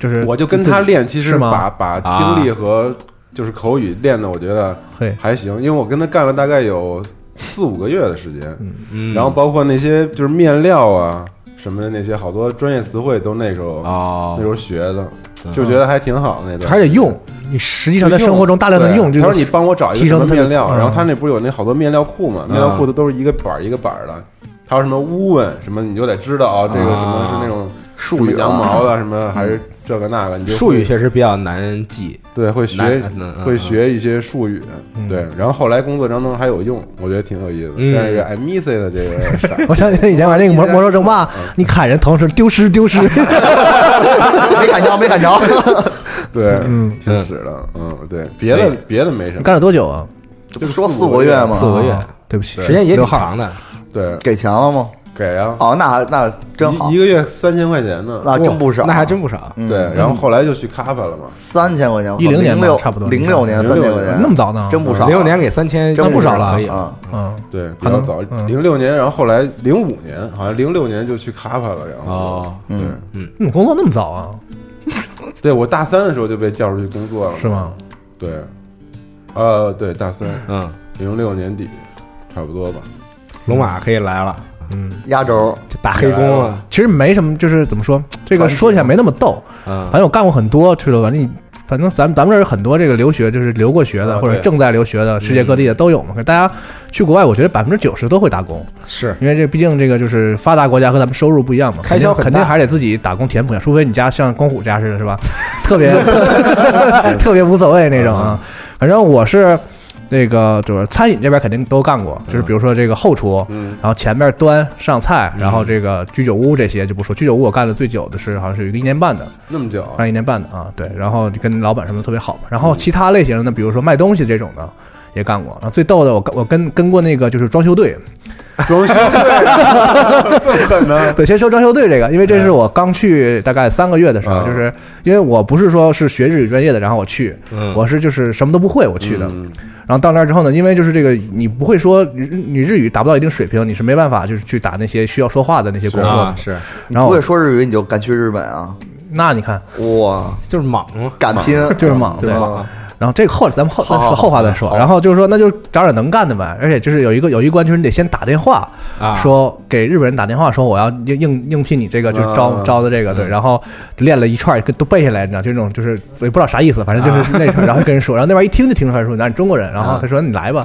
就是
我就跟他练，其实啊
是吗
把把听力和就是口语练的，我觉得还行，因为我跟他干了大概有四五个月的时间，
嗯
然后包括那些就是面料啊什么的那些好多专业词汇都那时候
哦嗯
那时候学的，就觉得还挺好的那段，
还得用，你实际上在生活中大量的用。这
对
个
他说你帮我找一个
提
什
升
么
它的
面料，
嗯
然后他那不是有那好多面料库嘛？
嗯
面料库的都是一个板儿一个板儿的。还有什么乌问什么，你就得知道啊，这个什么
啊
是那种
术语啊
什么羊毛的，什么还是这个那个，你就会
术语确实比较难记，
对，会
难
学
嗯嗯
会学一些术语，
嗯
对。然后后来工作当中还有用，我觉得挺有意思。
嗯
但是 I miss it 的这 个事儿
我想起以前玩 那个魔魔兽争霸，
嗯
你砍人同时丢失丢失，
没砍着，没砍着。
对，
嗯
挺屎的，嗯，对。别的
对
别的没什么。
干了多久啊？
就
说四个月吗？
四个月，对不起，
时间也挺
刘浩
长的。
对，
给钱了吗？
给啊。
哦，那还那真好
一一，个月三千块钱呢，
那啊真不少，
那还真不少。
对。
嗯
然后后来就去卡帕了嘛，
三千块钱，
10年吧
06
差不多
零六年
06
三千块钱，
那么早呢
真不少，啊
零六年给三千，
真
真
不少了
可以
啊。
嗯，
对，比较早，零六年，然后后来零五年，好像零六年就去卡帕了，然后
哦，
对
嗯你工作那么早啊？
对，我大三的时候就被叫出去工作了，
是吗？
对，呃，对，大三，
嗯，
零六年底，差不多吧。
龙马可以来了，
压轴，
这打黑工啊了，
其实没什么，就是怎么说，这个说起来没那么逗。
啊
嗯
反正我干过很多，去了，反正你，反正咱们咱们这儿有很多这个留学，就是留过学的，或者
对
正在留学的，世界各地的都有嘛。可是大家去国外，我觉得百分之九十都会打工，
是
因为这毕竟这个就是发达国家和咱们收入不一样嘛，
开销
肯定
很
肯
大
定还得自己打工填补一下，除非你家像公虎家似的，
嗯
是吧？特别特别无所谓那种啊。反正我是那个就是餐饮这边肯定都干过，就是比如说这个后厨，
嗯
嗯
然后前面端上菜，然后这个居酒屋这些就不
嗯
说，居酒屋我干的最久的是好像是有一个一年半的，
哦
那么久，
干一年半的啊，对，然后就跟老板什么的特别好嘛。然
嗯
后其他类型的呢，比如说卖东西这种的也干过。然后最逗的，我跟我跟跟过那个就是装修队，哎
装修队这么狠呢？
对，先说装修队这个，因为这是我刚去大概三个月的时候，就是因为我不是说是学日语专业的，然后我去，
嗯
我是就是什么都不会我去的。然后到那儿之后呢，因为就是这个你不会说日你日语达不到一定水平，你是没办法就是去打那些需要说话的那些工作
啊
的。
啊是，
你
然后
不会说日语你就敢去日本啊？
那你看，
哇，
就是莽，啊
敢拼，哦
就是莽， 对。然后这个后咱们后
好好
说后话再说。然后就是说，那就找点能干的呗。而且就是有一个有一关，就是你得先打电话，
啊
说给日本人打电话，说我要应应应聘你这个，就是招、
啊
招的这个对。然后练了一串，都背下来，你知道，就那种就是我也不知道啥意思，反正就是那串。然后跟人说，然后那边一听就听出来说，那你中国人。然后他说你来吧，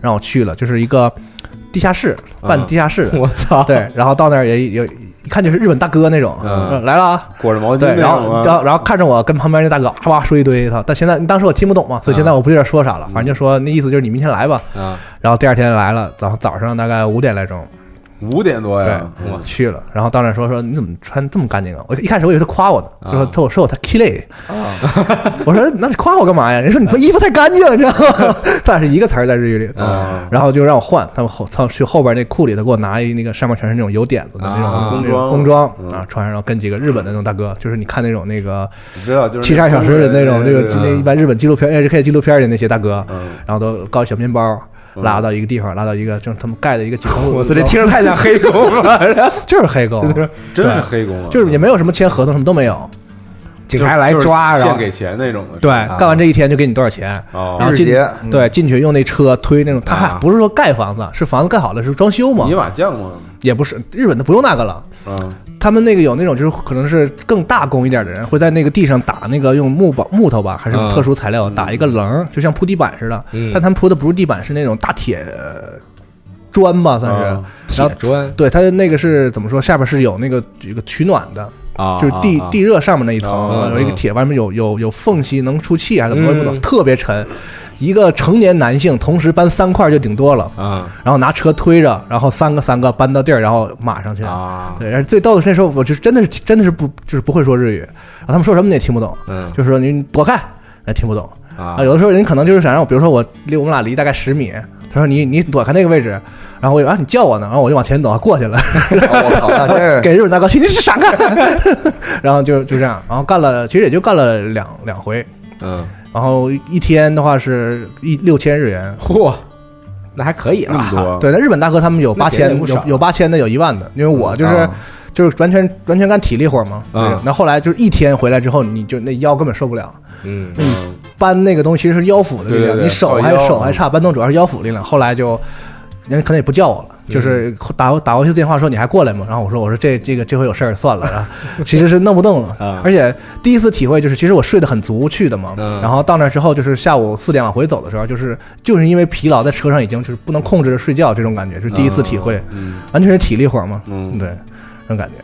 让我去了，就是一个地下室，办地下室的。
我操！
对，然后到那儿也也一看就是日本大哥那种，说来了啊，
裹着毛巾
对，
那
然
种啊
后
吗
然后然后看着我跟旁边那大哥啊哇哇说一堆，操！但现在当时我听不懂嘛，所
啊
以现在我不知道说啥了，反正就说那意思就是你明天来吧。
嗯
啊，
然后第二天来了，早早上大概五点来钟，
五点多
对
呀，，嗯
我嗯去了。然后当然说说你怎么穿这么干净啊？我一开始我以为他夸我呢，就说
啊
他我说我太 k 累， 我说那你夸我干嘛呀？人说你说衣服太干净 了，你知道 吗？但是一个词儿在日语里，
啊
然后就让我换，他们后他们去后边那库里头给我拿一那个上面全是那种油点子的那种
啊工
那
装
种工装啊，穿上然后跟几个日本的那种大哥，就是你看那种那个
知道就是那
七十二小时的那种，
啊对
那
对
个
对
那
对
一般日本纪录片 NHK 纪录片里那些大哥，
嗯，
然后都搞小面包。
嗯
拉到一个地方，拉到一个就是他们盖的一个几 层楼，
我操，这听着太像黑工了，
就是黑工，
真是黑工啊，
就是也没有什么签合同，什么都没有。
警察来
就是
抓，然
现
后
给钱那种的，啊
对，
吧
干完这一天就给你多少钱，
哦，
然后
日
进
结
对进去用那车推那种，他还
啊
不是说盖房子，是房子盖好了是装修嘛
泥，瓦匠嘛，
也不是日本的不用那个了。
嗯，
他们那个有那种，就是可能是更大工一点的人，会在那个地上打那个用木板、木头吧，还是什么
嗯
特殊材料打一个棱儿，就像铺地板似的。
嗯
但他们铺的不是地板，是那种大铁呃砖吧，算是。
嗯
啊铁砖
对，它那个是怎么说？下边是有那个有一个取暖的，
啊，
就是地
啊
地热上面那一层，
哦
有一个
嗯
铁，外面有有有缝隙能出气啊还是怎么着
嗯
不懂，特别沉。一个成年男性同时搬三块就顶多了，
啊
然后拿车推着，然后三个三个搬到地儿，然后码上去。
啊，
对，而最逗的是那时候我就是真的是真的是不就是不会说日语，然后他们说什么你也听不懂，
嗯
就是说你躲开，也听不懂
啊
啊。有的时候人可能就是想让我，比如说我离我们俩离大概十米，他说你你躲开那个位置，然后我就啊你叫我呢，然后我就往前走啊过去了。
哦我靠，那真 是
给日本大哥去，你是闪 开， 然后就就这样，然后干了，其实也就干了两两回，
嗯，
然后一天的话是一六千日元，
嚯，那还可以
那么
了，
多，
对，那日本大哥他们有
啊那
八
也
千，
不
有
少
有八千的，有一万的，因为我就是、
啊
就是完全完全干体力活嘛，
嗯
那种那后来就是一天回来之后，你就那腰根本受不了，
嗯
嗯，
搬那个东西其实是腰腹的力
对对
量，
对
你手还
靠腰嗯
手还差，搬动主要是腰腹力量。后来就人家可能也不叫我了，就是打打过去电话说你还过来吗？然后我说我说这这个这回有事儿算了，然 后其实是弄不动
啊
了。而且第一次体会就是，其实我睡得很足去的嘛
嗯，
然后到那之后就是下午四点往回走的时候，就是就是因为疲劳在车上已经就是不能控制着睡觉这种感觉，是第一次体会，
嗯
完全是体力活嘛，
嗯，
对，这种感觉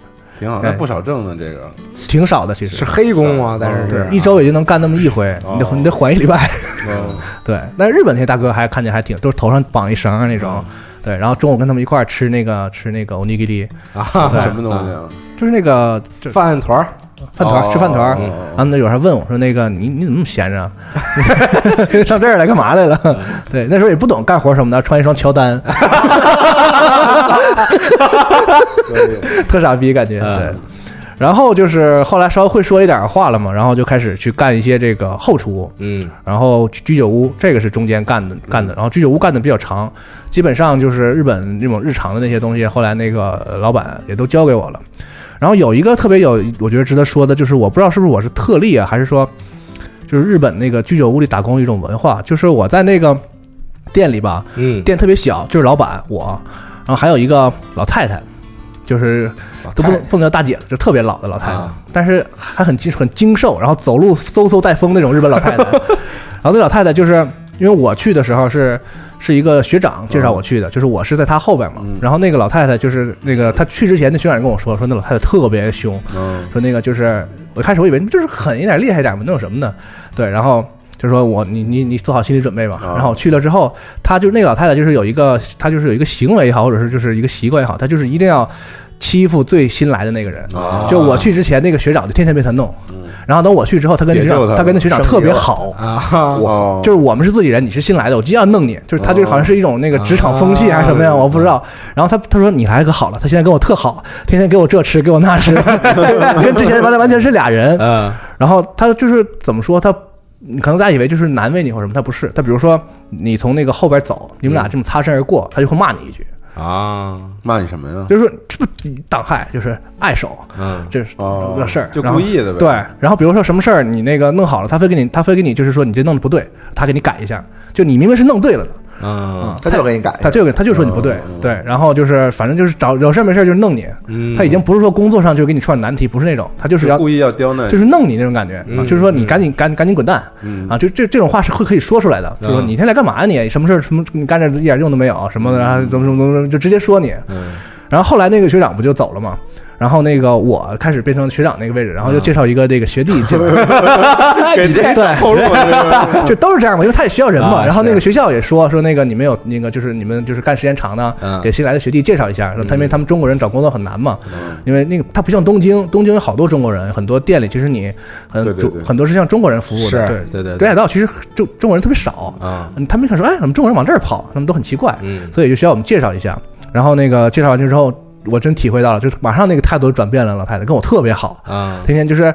挺好，
哎
那不少挣呢，这个
挺少的其
是
实。
黑工啊，但是
嗯对
是，
一周也就能干那么一回，你得
哦
你得缓一礼拜。
嗯
对，但是日本那些大哥还看起来还挺，都是头上绑一绳儿那种。
嗯
对，然后中午跟他们一块儿吃那个吃那个 onigiri，
啊，
什么东西啊？
就是那个就
饭团儿
饭团儿、吃饭团儿。然后
儿，
那有人还问我说：“那个你你怎么那么闲着啊？上这儿来干嘛来了？”对，那时候也不懂干活什么的，穿一双乔丹，特傻逼感觉。对，然后就是后来稍微会说一点儿话了嘛，然后就开始去干一些这个后厨，
嗯
然后居居酒屋这个是中间干的干的，然后居酒屋干的比较长，基本上就是日本那种日常的那些东西，后来那个呃老板也都交给我了。然后有一个特别有，我觉得值得说的就是，我不知道是不是我是特例啊，还是说就是日本那个居酒屋里打工有一种文化，就是我在那个店里吧，
嗯，
店特别小，就是老板我，然后还有一个老太太，就是都不能不能叫大姐了，就特别老的老太太，
啊
但是还很精很精瘦，然后走路嗖嗖带风那种日本老太 太。然后那老太太就是因为我去的时候是是一个学长介绍我去的，就是我是在她后边嘛。
嗯
然后那个老太太就是那个她去之前，那学长跟我说说那老太太特别凶，
嗯
说那个就是我一开始我以为就是狠一点厉害一点嘛，那种什么的，对，然后。就说我你你你做好心理准备吧。
嗯
然后去了之后，她就那个老太太就是有一个，她就是有一个行为也好，或者是就是一个习惯也好，她就是一定要欺负最新来的那个人。
啊嗯
就我去之前，那个学长就天天被他弄，然后等我去之后，他跟那学
解救
长
他
他跟那学长特别
升级了
好
啊
我
哦
就是我们是自己人，你是新来的，我就要弄你，就是他这好像是一种那个职场风气
哦
还是什么样，我不知道。然后他他说你来可好了，他现在跟我特好，天天给我这吃给我那吃， 跟之前完完全是俩人。
嗯，
然后他就是怎么说他。你可能大家以为就是难为你或者什么，他不是。他比如说你从那个后边走，你
嗯
们俩这么擦身而过，他就会骂你一句，
啊，
骂你什么呀？
就是说这不党害，就是碍手，
嗯，
这是的事儿，
哦就
然后
故意的呗
对，然后比如说什么事儿，你那个弄好了，他非给你，他非给你，就是说你这弄的不对，他给你改一下，就你明明是弄对了的，
嗯，
他就给你改，嗯他就给他就说你不对，对，然后就是反正就是找有事儿没事儿就是弄你，
嗯
他已经不是说工作上就给你出点难题，不是那种，他就是要
故意要刁难你，
就是弄你那种感觉，啊
嗯
就是说你赶紧赶赶紧滚蛋
嗯
啊！就这这种话是会可以说出来的，就是说
嗯
你天天来干嘛呀你？什么事儿什么你干这一点用都没有什么的，然后怎么怎么怎么就直接说你。
嗯
然后后来那个学长不就走了吗？然后那个我开始变成学长那个位置，
嗯
然后就介绍一个这个学弟进 来，
给哎这
对
透露了这个
就都是这样嘛，因为他也需要人嘛。
啊
然后那个学校也说说那个你们有那个就是你们就是干时间长的
嗯，
给新来的学弟介绍一下，说他因为他们中国人找工作很难嘛，因为那个它不像东京，东京有好多中国人，很多店里其实你很
对对
主
对
很多是向中国人服务的，
是
对
对对对
北海道其实中中国人特别少，
啊，
嗯他们一看说，哎，怎么中国人往这儿跑？他们都很奇怪，
嗯
所以就需要我们介绍一下。然后那个介绍完之后，我真体会到了，就是马上那个态度转变了，老太太跟我特别好，
啊，
天天就是。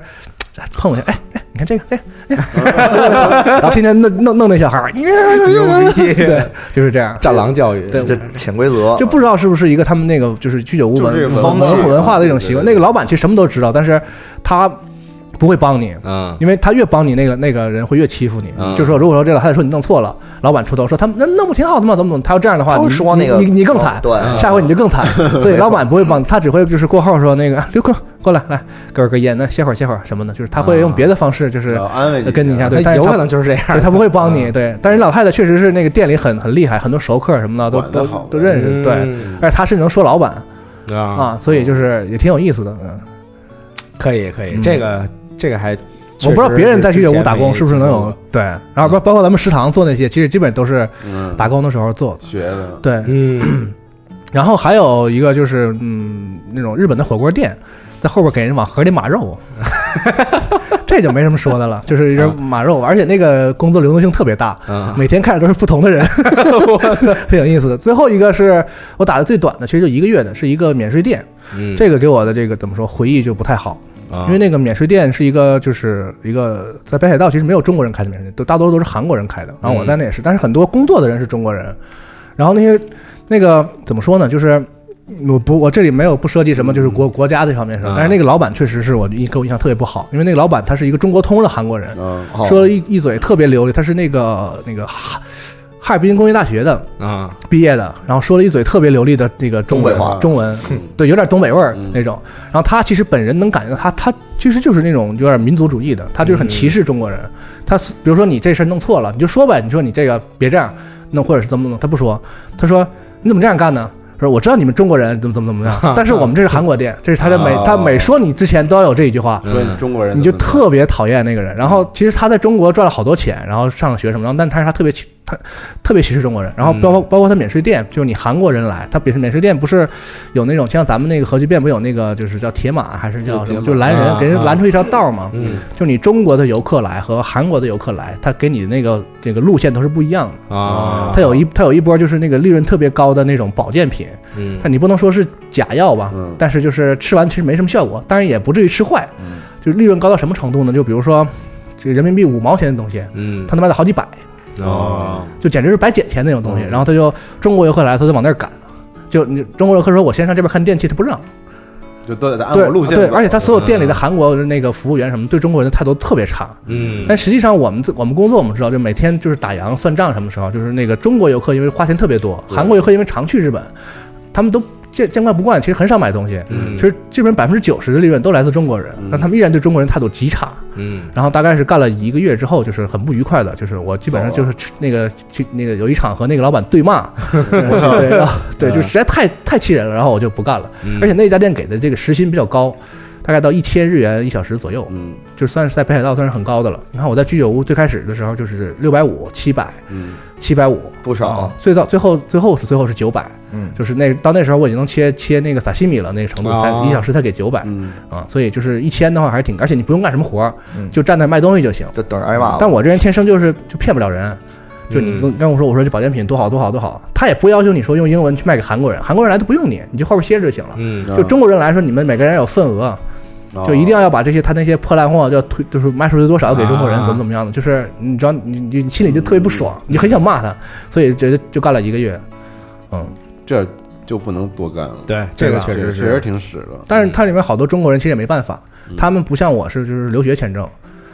碰我一下，哎哎，你看这个，哎哎，然后天天弄弄弄那小孩儿，对，就是这样，
战狼教育，
对
这潜规则
就不知道是不是一个他们那个就是居酒屋
就是这
文
个
文
风气
文化的一种习惯。那个老板其实什么都知道，但是他不会帮你，
嗯，
因为他越帮你，那个那个人会越欺负你。
嗯
就是说，如果说这老太太说你弄错了，老板出头说他们那弄不挺好的吗？怎么怎么？他要这样的话，
他会
你
说那个
你你你更惨，
对嗯
下回你就更惨。所以
没错
老板不会帮，他只会就是过后说那个啊刘哥过来来给我根烟，那歇会儿歇会儿什么的，就是他会用别的方式就是
安慰你
跟你一下，对，
嗯他
但是
有
他
可能就是这样
对他不会帮你，对。但是老太太确实是那个店里很很厉害，很多熟客什么的都
管得
都
好
都认识，对
嗯，
哎而且他是能说老板
啊
啊，所以就是也挺有意思的，嗯。
可以可以，
嗯
这个这个还，
我不知道别人在居酒屋打工是不是能
确实
有对，然
嗯
后包包括咱们食堂做那些，其实基本都是打工的时候做的。
嗯学的，
对，
嗯。
然后还有一个就是，嗯，那种日本的火锅店，在后边给人往河里码 肉，这就没什么说的了，就是人码肉，而且那个工作流动性特别大，
嗯
每天看着都是不同的 人，挺有意思的。最后一个是我打的最短的，其实就一个月的，是一个免税店，
嗯
这个给我的这个怎么说回忆就不太好。
啊
因为那个免税店是一个，就是一个在北海道其实没有中国人开的免税店，都大多都是韩国人开的。然后我在那也是，但是很多工作的人是中国人。然后那些那个怎么说呢，就是嗯我不我这里没有不涉及什么就是国国家这方面什么，但是那个老板确实是我印给我印象特别不好，因为那个老板他是一个中国通的韩国人，
嗯
说了一一嘴特别流利，他是那个那个哈哈尔滨工业大学的，
啊，
毕业的，然后说了一嘴特别流利的那个中文
东北话
中文，对，有点东北味儿那种。然后他其实本人能感觉到他，他其实就是那种有点民族主义的，他就是很歧视中国人。他比如说你这事儿弄错了，你就说呗，你说你这个别这样弄，或者是怎么弄，他不说，他说你怎么这样干呢？说我知道你们中国人怎么怎么怎么样，但是我们这是韩国店，这是他的每
哦
他每说你之前都要有这一句话，
嗯说你中国人
你就特别讨厌那个人。然后其实他在中国赚了好多钱，然后上学什么，然后但他他特别歧他特别歧视中国人。然后
嗯
包括、包括他免税店，就是你韩国人来，他免免税店不是有那种像咱们那个核聚变不有那个就是叫铁马还是叫什么，就拦人、
啊
给人
啊
拦出一条道嘛。
嗯
就你中国的游客来和韩国的游客来，他给你的那个这个路线都是不一样的。
啊，
他有一他有一波就是那个利润特别高的那种保健品，
嗯
但你不能说是假药吧，
嗯
但是就是吃完其实没什么效果，当然也不至于吃坏，
嗯
就利润高到什么程度呢？就比如说这人民币五毛钱的东西，
嗯
他能卖到好几百，
哦，
就简直是白捡钱那种
嗯
东西。然后他就中国游客来，他就往那儿赶，就你中国游客说我先上这边看电器，他不让，
就都得按
对
我路线
对，
走嗯
而且他所有店里的韩国那个服务员什么对中国人的态度特别差，
嗯
但实际上，我们自我们工作我们知道，就每天就是打烊算账什么时候，就是那个中国游客因为花钱特别多，韩国游客因为常去日本，他们都见见惯不惯，其实很少买东西。
嗯
其实基本百分之九十的利润都来自中国人，但他们依然对中国人态度极差。
嗯
然后大概是干了一个月之后，就是很不愉快的，就是我基本上就是吃那个去那个有一场和那个老板对骂，对，然后对，就实在太太气人了，然后我就不干了
嗯。
而且那家店给的这个时薪比较高，大概到一千日元一小时左右，
嗯，
就算是在北海道算是很高的了。你看我在居酒屋最开始的时候就是六百五、七百、
嗯，
七百五，啊
不少。
最早最后最后是最后是九百，
哦嗯
就是那到那时候我已经能切切那个萨西米了，那个程度才
哦
一小时才给九百，
嗯
啊，所以就是一千的话还是挺，而且你不用干什么活儿
嗯，
就站那卖东西就行，
就等着挨骂了
但我这人天生就是就骗不了人。就你跟跟我说，我说这保健品多好多好多好，他也不要求你说用英文去卖给韩国人，韩国人来都不用你，你就后边歇着就行了。
嗯
就中国人来说，你们每个人要有份额，
哦嗯
就一定要要把这些他那些破烂货要推，就是卖出去多少给中国人，
啊
怎么怎么样的，就是你知道你你你心里就特别不爽，你很想骂他，所以觉得就干了一个月，嗯，
哦这就不能多干了。
对这个确实是
确实挺屎的。
但是它里面好多中国人其实也没办法，
嗯
他们不像我是就是留学签证，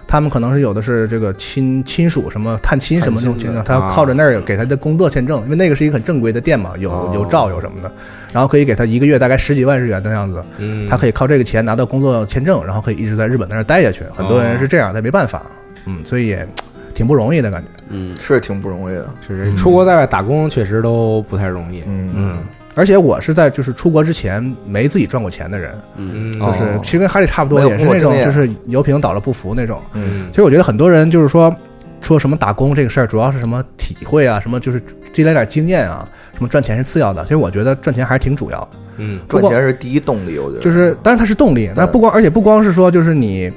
他们可能是有的是这个亲亲属什么探亲什么这种签证，
探
他
亲的啊
要靠着那儿有给他的工作签证，因为那个是一个很正规的店嘛，有
哦
有照有什么的，然后可以给他一个月大概十几万日元的样子，
嗯
他可以靠这个钱拿到工作签证，然后可以一直在日本在那儿待下去。很多人是这样，但没办法，
哦
嗯，所以也挺不容易的感觉。
嗯，
是挺不容易的，
是出国在外打工确实都不太容易。
嗯
而且我是在就是出国之前没自己赚过钱的人，
嗯
就是其实跟哈利差不多，
哦没有
也是那种
工作经验
就是油瓶倒了不服那种。
嗯
其实我觉得很多人就是说说什么打工这个事儿，主要是什么体会啊，什么就是积累点经验啊，什么赚钱是次要的。其实我觉得赚钱还是挺主要的，
嗯
不
赚
光
钱是第一动力，我觉得
就是当然它是动力，但不光而且不光是说就是你，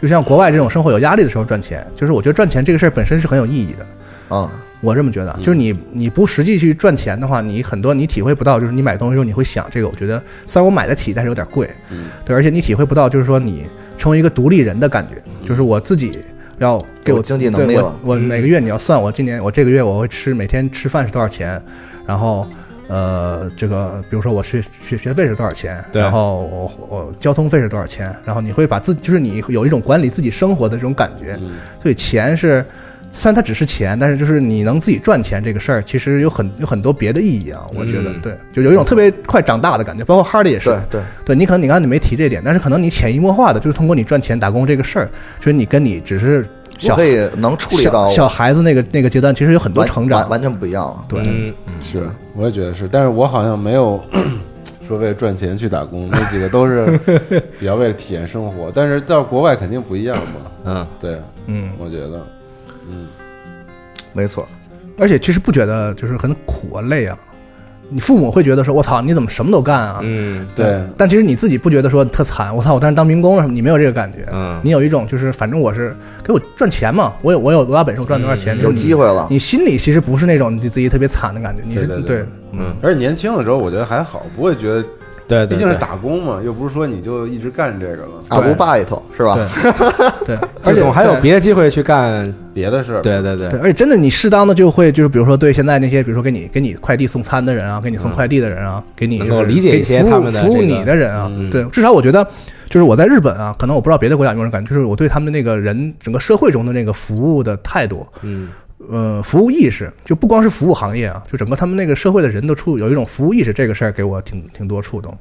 就像国外这种生活有压力的时候赚钱，就是我觉得赚钱这个事儿本身是很有意义的。
啊，
我这么觉得，就是你你不实际去赚钱的话，你很多你体会不到，就是你买东西的时候你会想这个，我觉得虽然我买得起，但是有点贵，
嗯
对，而且你体会不到，就是说你成为一个独立人的感觉，就是我自己要给我
嗯有经济能力
对
了嗯
我我每个月你要算我今年我这个月我会吃每天吃饭是多少钱，然后。呃，这个比如说我学学学费是多少钱，
对
然后我我交通费是多少钱，然后你会把自就是你有一种管理自己生活的这种感觉，所以钱是虽然它只是钱，但是就是你能自己赚钱这个事儿，其实有很有很多别的意义啊，我觉得、
嗯
对，就有一种特别快长大的感觉，包括哈利也是，
对
对你可能你刚才你没提这点，但是可能你潜移默化的就是通过你赚钱打工这个事儿，就是你跟你只是
我
小
可以能处理到
小小孩子那个那个阶段，其实有很多
完
成长
完，完全不一样了。
对，
是，我也觉得是，但是我好像没有 说为了赚钱去打工，那几个都是比较为了体验生活，但是到国外肯定不一样嘛。
嗯，
对，
嗯，
我觉得，嗯，
没错，
而且其实不觉得就是很苦啊累啊。你父母会觉得说：“我操，你怎么什么都干啊？”
嗯
对
但其实你自己不觉得说特惨，我操，我当时当民工了什么，你没有这个感觉。
嗯
你有一种就是反正我是给我赚钱嘛，我有我有多大本事，我赚多少钱，
嗯
就是你
有机会了
你心里其实不是那种你自己特别惨的感觉，你
对
是
对对，
嗯，
而且年轻的时候我觉得还好，不会觉得。
对对对
毕竟是打工嘛，又不是说你就一直干这个了。
阿布巴里头是吧？
对，
而且总还有别的机会去干
别的事儿。
对对对
对，而且真的你适当的就会就是比如说对现在那些比如说给你给你快递送餐的人啊，给你送快递的人啊，给你
能
就是
够理解
给
一些
服务
他们的
服务
这个
你的人啊
嗯，
对，至少我觉得。就是我在日本啊，可能我不知道别的国家有没有人感觉，就是我对他们那个人整个社会中的那个服务的态度，
嗯
呃服务意识，就不光是服务行业啊，就整个他们那个社会的人都处有一种服务意识，这个事儿给我挺挺多触动。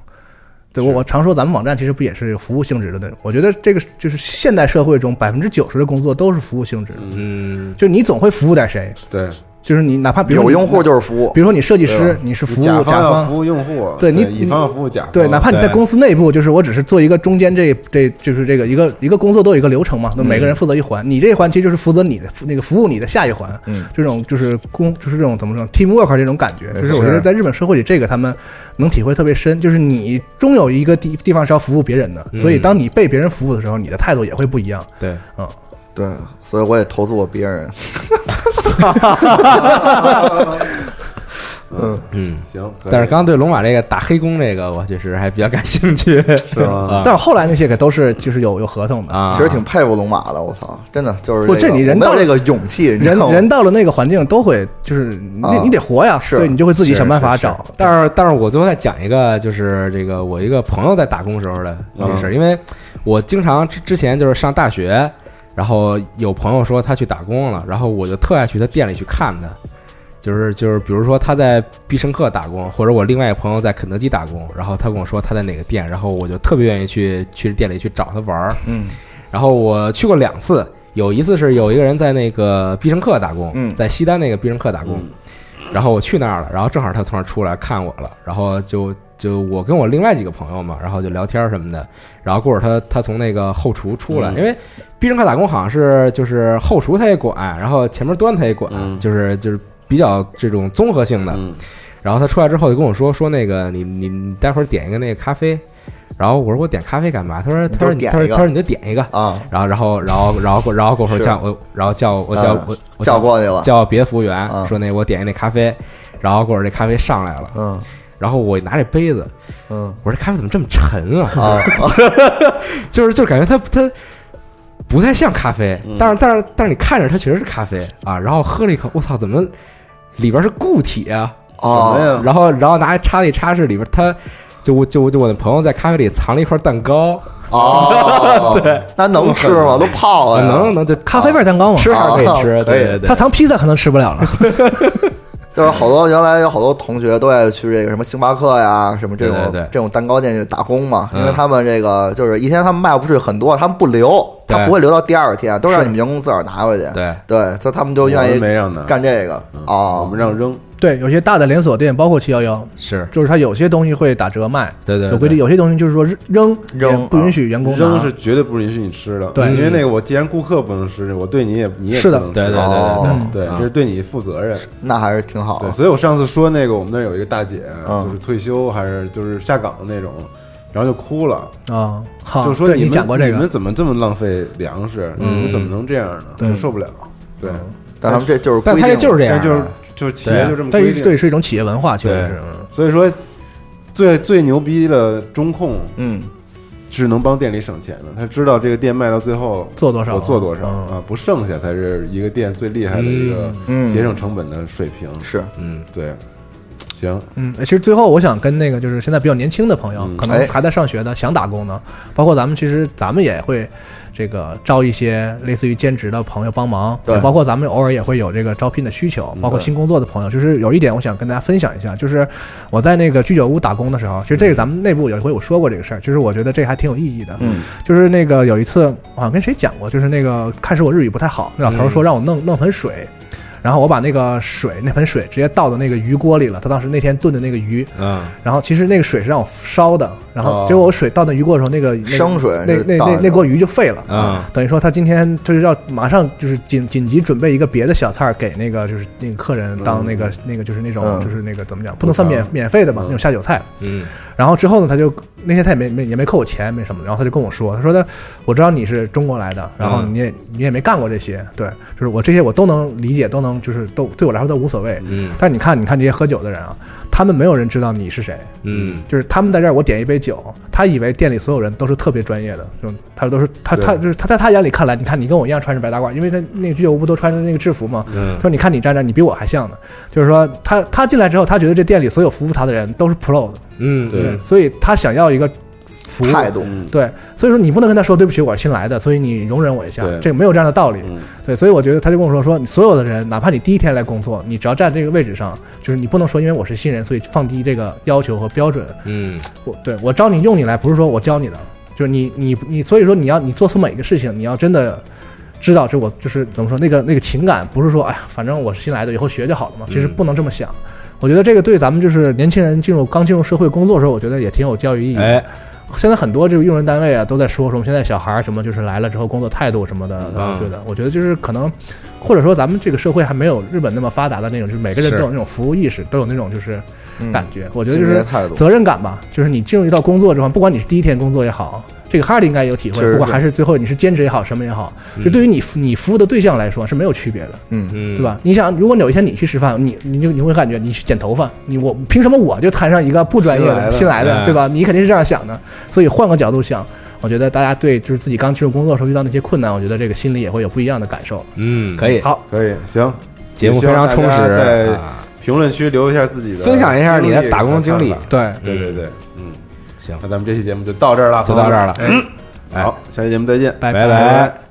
对我我常说咱们网站其实不也是有服务性质的那种，我觉得这个是就是现代社会中百分之九十的工作都是服务性质的，
嗯，
就你总会服务点谁，
对，
就是你哪怕比如说
有
你
用户就是服务，
比如说你设计
对
师
啊
吧，
你是服务
甲
甲
方要
方
服务用户，
对你
乙方要服务甲方，
对，哪怕你在公司内部，就是我只是做一个中间这这，就是这个一个一个工作都有一个流程嘛，那每个人负责一环，你这一环其实就是负责你的服那个服务你的下一环，
嗯，
这种就是工就是这种怎么说 teamwork 这种感觉，就是我觉得在日本社会里这个他们能体会特别深，就是你终有一个地地方是要服务别人的，
嗯
所以当你被别人服务的时候，你的态度也会不一样，
对，
嗯，
对，所以我也投诉过别人。
嗯
嗯
行。可以
但是刚刚对龙马这个打黑工这个，我确实还比较感兴 趣，啊是
吗
啊
但后来那些可都是就是有有合同的
啊，
其实挺佩服龙马的，我操，真的就是
不
这
这
个
你人
我没有
到
这个勇气，你知
人
道吗
人到了那个环境都会就是你、
啊
你得活呀，
是
所以你就会自己
是
想办法
是是
找，
但是，但是我最后再讲一个，就是这个我一个朋友在打工时候的一个事
嗯
儿，因为我经常之之前就是上大学，然后有朋友说他去打工了，然后我就特爱去他店里去看他，就是就是比如说他在必胜客打工，或者我另外一个朋友在肯德基打工，然后他跟我说他在哪个店，然后我就特别愿意去去店里去找他玩儿，
嗯，
然后我去过两次，有一次是有一个人在那个必胜客打工，
嗯
在西单那个必胜客打工，然后我去那儿了，然后正好他从那儿出来看我了，然后就就我跟我另外几个朋友嘛，然后就聊天什么的，然后过会儿他他从那个后厨出来，
嗯
因为必胜客打工好像是就是后厨他也管，然后前面端他也管，
嗯
就是就是比较这种综合性的。
嗯
然后他出来之后就跟我说说那个你你你待会儿点一个那个咖啡。然后我说我点咖啡干嘛？他说他说
你就点
他说
一个
他说你就点一个
啊。
然后然后然后然后然后过会儿
是
叫我，然后叫我叫
嗯
我我
叫过去嗯了
叫别的服务员说那我点一那咖啡，然后过会儿这咖啡上来了，
嗯，
然后我拿这杯子，
嗯，
我说这咖啡怎么这么沉 啊？
啊，
就是就是感觉它它不太像咖啡，
嗯
但是但是但是你看着它确实是咖啡啊，然后喝了一口，我操，怎么里边是固体啊？
哦
什么呀然后然后拿叉子一叉是里边它。就我就我就我的朋友在咖啡里藏了一块蛋糕
哦
对，
啊那能吃吗都泡了哦呀
能能就
咖啡味蛋糕嘛，
吃还是可以吃，
哦可以
对对对。
他藏披萨可能吃不了了。
就是好多原来有好多同学都爱去这个什么星巴克呀，什么这种
对对对
这种蛋糕店去打工嘛，
嗯
因为他们这个就是一天他们卖不出去很多，他们不留，
对
他不会留到第二天，都让
是
你们员工自个儿拿回去。
对
对，所以他们就
我
愿
们没让
意
拿
干这个
嗯
哦，我
们让扔。
对，有些大的连锁店，包括七幺幺，
是，
就是它有些东西会打折卖，
对对对
有规定，有些东西就是说扔
扔啊
也不允许员工拿
扔是绝对不允许你吃的，
对
因为那个我既然顾客不能吃，我对你也你也
是的嗯啊
不能吃
对对对对
哦
对
对，这是对你负责任，
那还是挺
啊
好
对，所以我上次说那个我们那儿有一个大姐，
嗯
啊就是退休还是就是下岗的那种，然后就哭了。
啊。好，
就说
对
你
你
们
讲过这
你们
个，
怎么这么浪费粮食？你
嗯
们怎么能这样呢？
对
就受不了。对，
但他们这就是
但他这就是这样
但就是
啊
就是企
对
业
啊
就这么
但
规
是
定，
对是一种企业文化确实
对
是嗯
所以说，最最牛逼的中控，
嗯，
是能帮店里省钱的。他知道这个店卖到最后
做多少
我做多少啊，不剩下才是一个店最厉害的一个
嗯嗯
节省成本的水平。
是，
嗯，
对，行，
嗯，其实最后我想跟那个就是现在比较年轻的朋
嗯
友，可能
哎
还在上学的，想打工的，包括咱们其实咱们也会这个招一些类似于兼职的朋友帮忙，
对嗯
包括咱们偶尔也会有这个招聘的需求，包括
对
新工作的朋友，就是有一点我想跟大家分享一下，就是我在那个居酒屋打工的时候，其实这个咱们内部有一回我说过这个事儿，就是我觉得这还挺有意义的，
嗯，
就是那个有一次我好像跟谁讲过，就是那个开始我日语不太好，那老头儿说
嗯
让我弄弄盆水。然后我把那个水，那盆水直接倒到那个鱼锅里了。他当时那天炖的那个鱼，
嗯，
然后其实那个水是让我烧的，然后
哦
结果我水倒那鱼锅的时候，那个那个
生水
那
就
那
倒
那
进去
那锅鱼就废了。
嗯
等于说他今天就是要马上就是紧紧急准备一个别的小菜儿给那个就是那个客人当那个那个就是那种
嗯
就是那个怎么讲，不能算免免费的嘛，那种下酒菜。
嗯
然后之后呢，他就那天他也没没也没扣我钱，没什么的。然后他就跟我说，他说的我知道你是中国来的，然后
嗯
你也、你也没干过这些，对，就是我这些我都能理解，都能就是都对我来说都无所谓。
嗯
但你看，你看这些喝酒的人啊，他们没有人知道你是谁，
嗯
就是他们在这儿，我点一杯酒，他以为店里所有人都是特别专业的，就他都是他
对
他就是他在他眼里看来，你看你跟我一样穿着白大褂，因为他那个居酒屋不都穿着那个制服嘛，
嗯
他说你看你站这儿，你比我还像呢，就是说他他进来之后，他觉得这店里所有服务他的人都是 pro 的，
嗯
对，所以他想要一个服务
态度，
对，所以说你不能跟他说对不起，我是新来的，所以你容忍我一下
对，
这个没有这样的道理。
嗯
嗯
对，所以我觉得他就跟我说说，你所有的人，哪怕你第一天来工作，你只要站这个位置上，就是你不能说因为我是新人，所以放低这个要求和标准。
嗯
我对我招你用你来，不是说我教你的，就是你你你，所以说你要你做错每一个事情，你要真的知道这我就是怎么说那个那个情感，不是说哎呀，反正我是新来的，以后学就好了嘛。其实
嗯
不能这么想。我觉得这个对咱们就是年轻人进入刚进入社会工作的时候，我觉得也挺有教育意义的。
哎
现在很多这个用人单位啊都在说什么，现在小孩儿什么就是来了之后工作态度什么的，
嗯
我觉得，我觉得就是可能，或者说咱们这个社会还没有日本那么发达的那种，就是每个人
是
都有那种服务意识，都有那种就是
嗯
感觉。我觉得就
敬业
是
态度
责任感吧，就是你进入到工作之后，不管你是第一天工作也好，这个哈利应该有体会
是，
不管
是
还是最后你是兼职也好，什么也好，
嗯
就对于你服你服务的对象来说是没有区别的。
嗯
嗯，
对吧？？你想，如果有一天你去吃饭，你你就你会感觉你去剪头发，你我凭什么我就摊上一个不专业的
新
新
来
来
的哎
的，对吧？你肯定是这样想的。所以换个角度想，我觉得大家对就是自己刚进入工作的时候遇到那些困难，我觉得这个心里也会有不一样的感受。
嗯，可以，
好，
可以，行，
节目
也希望
非常充
大家
实
在
啊
评论区留一下自己的，
分享一下你的打工经历
对
对对对，嗯，
行，
那咱们这期节目就到这儿了，
就到这儿了
嗯，好，下期节目再见，
拜拜拜拜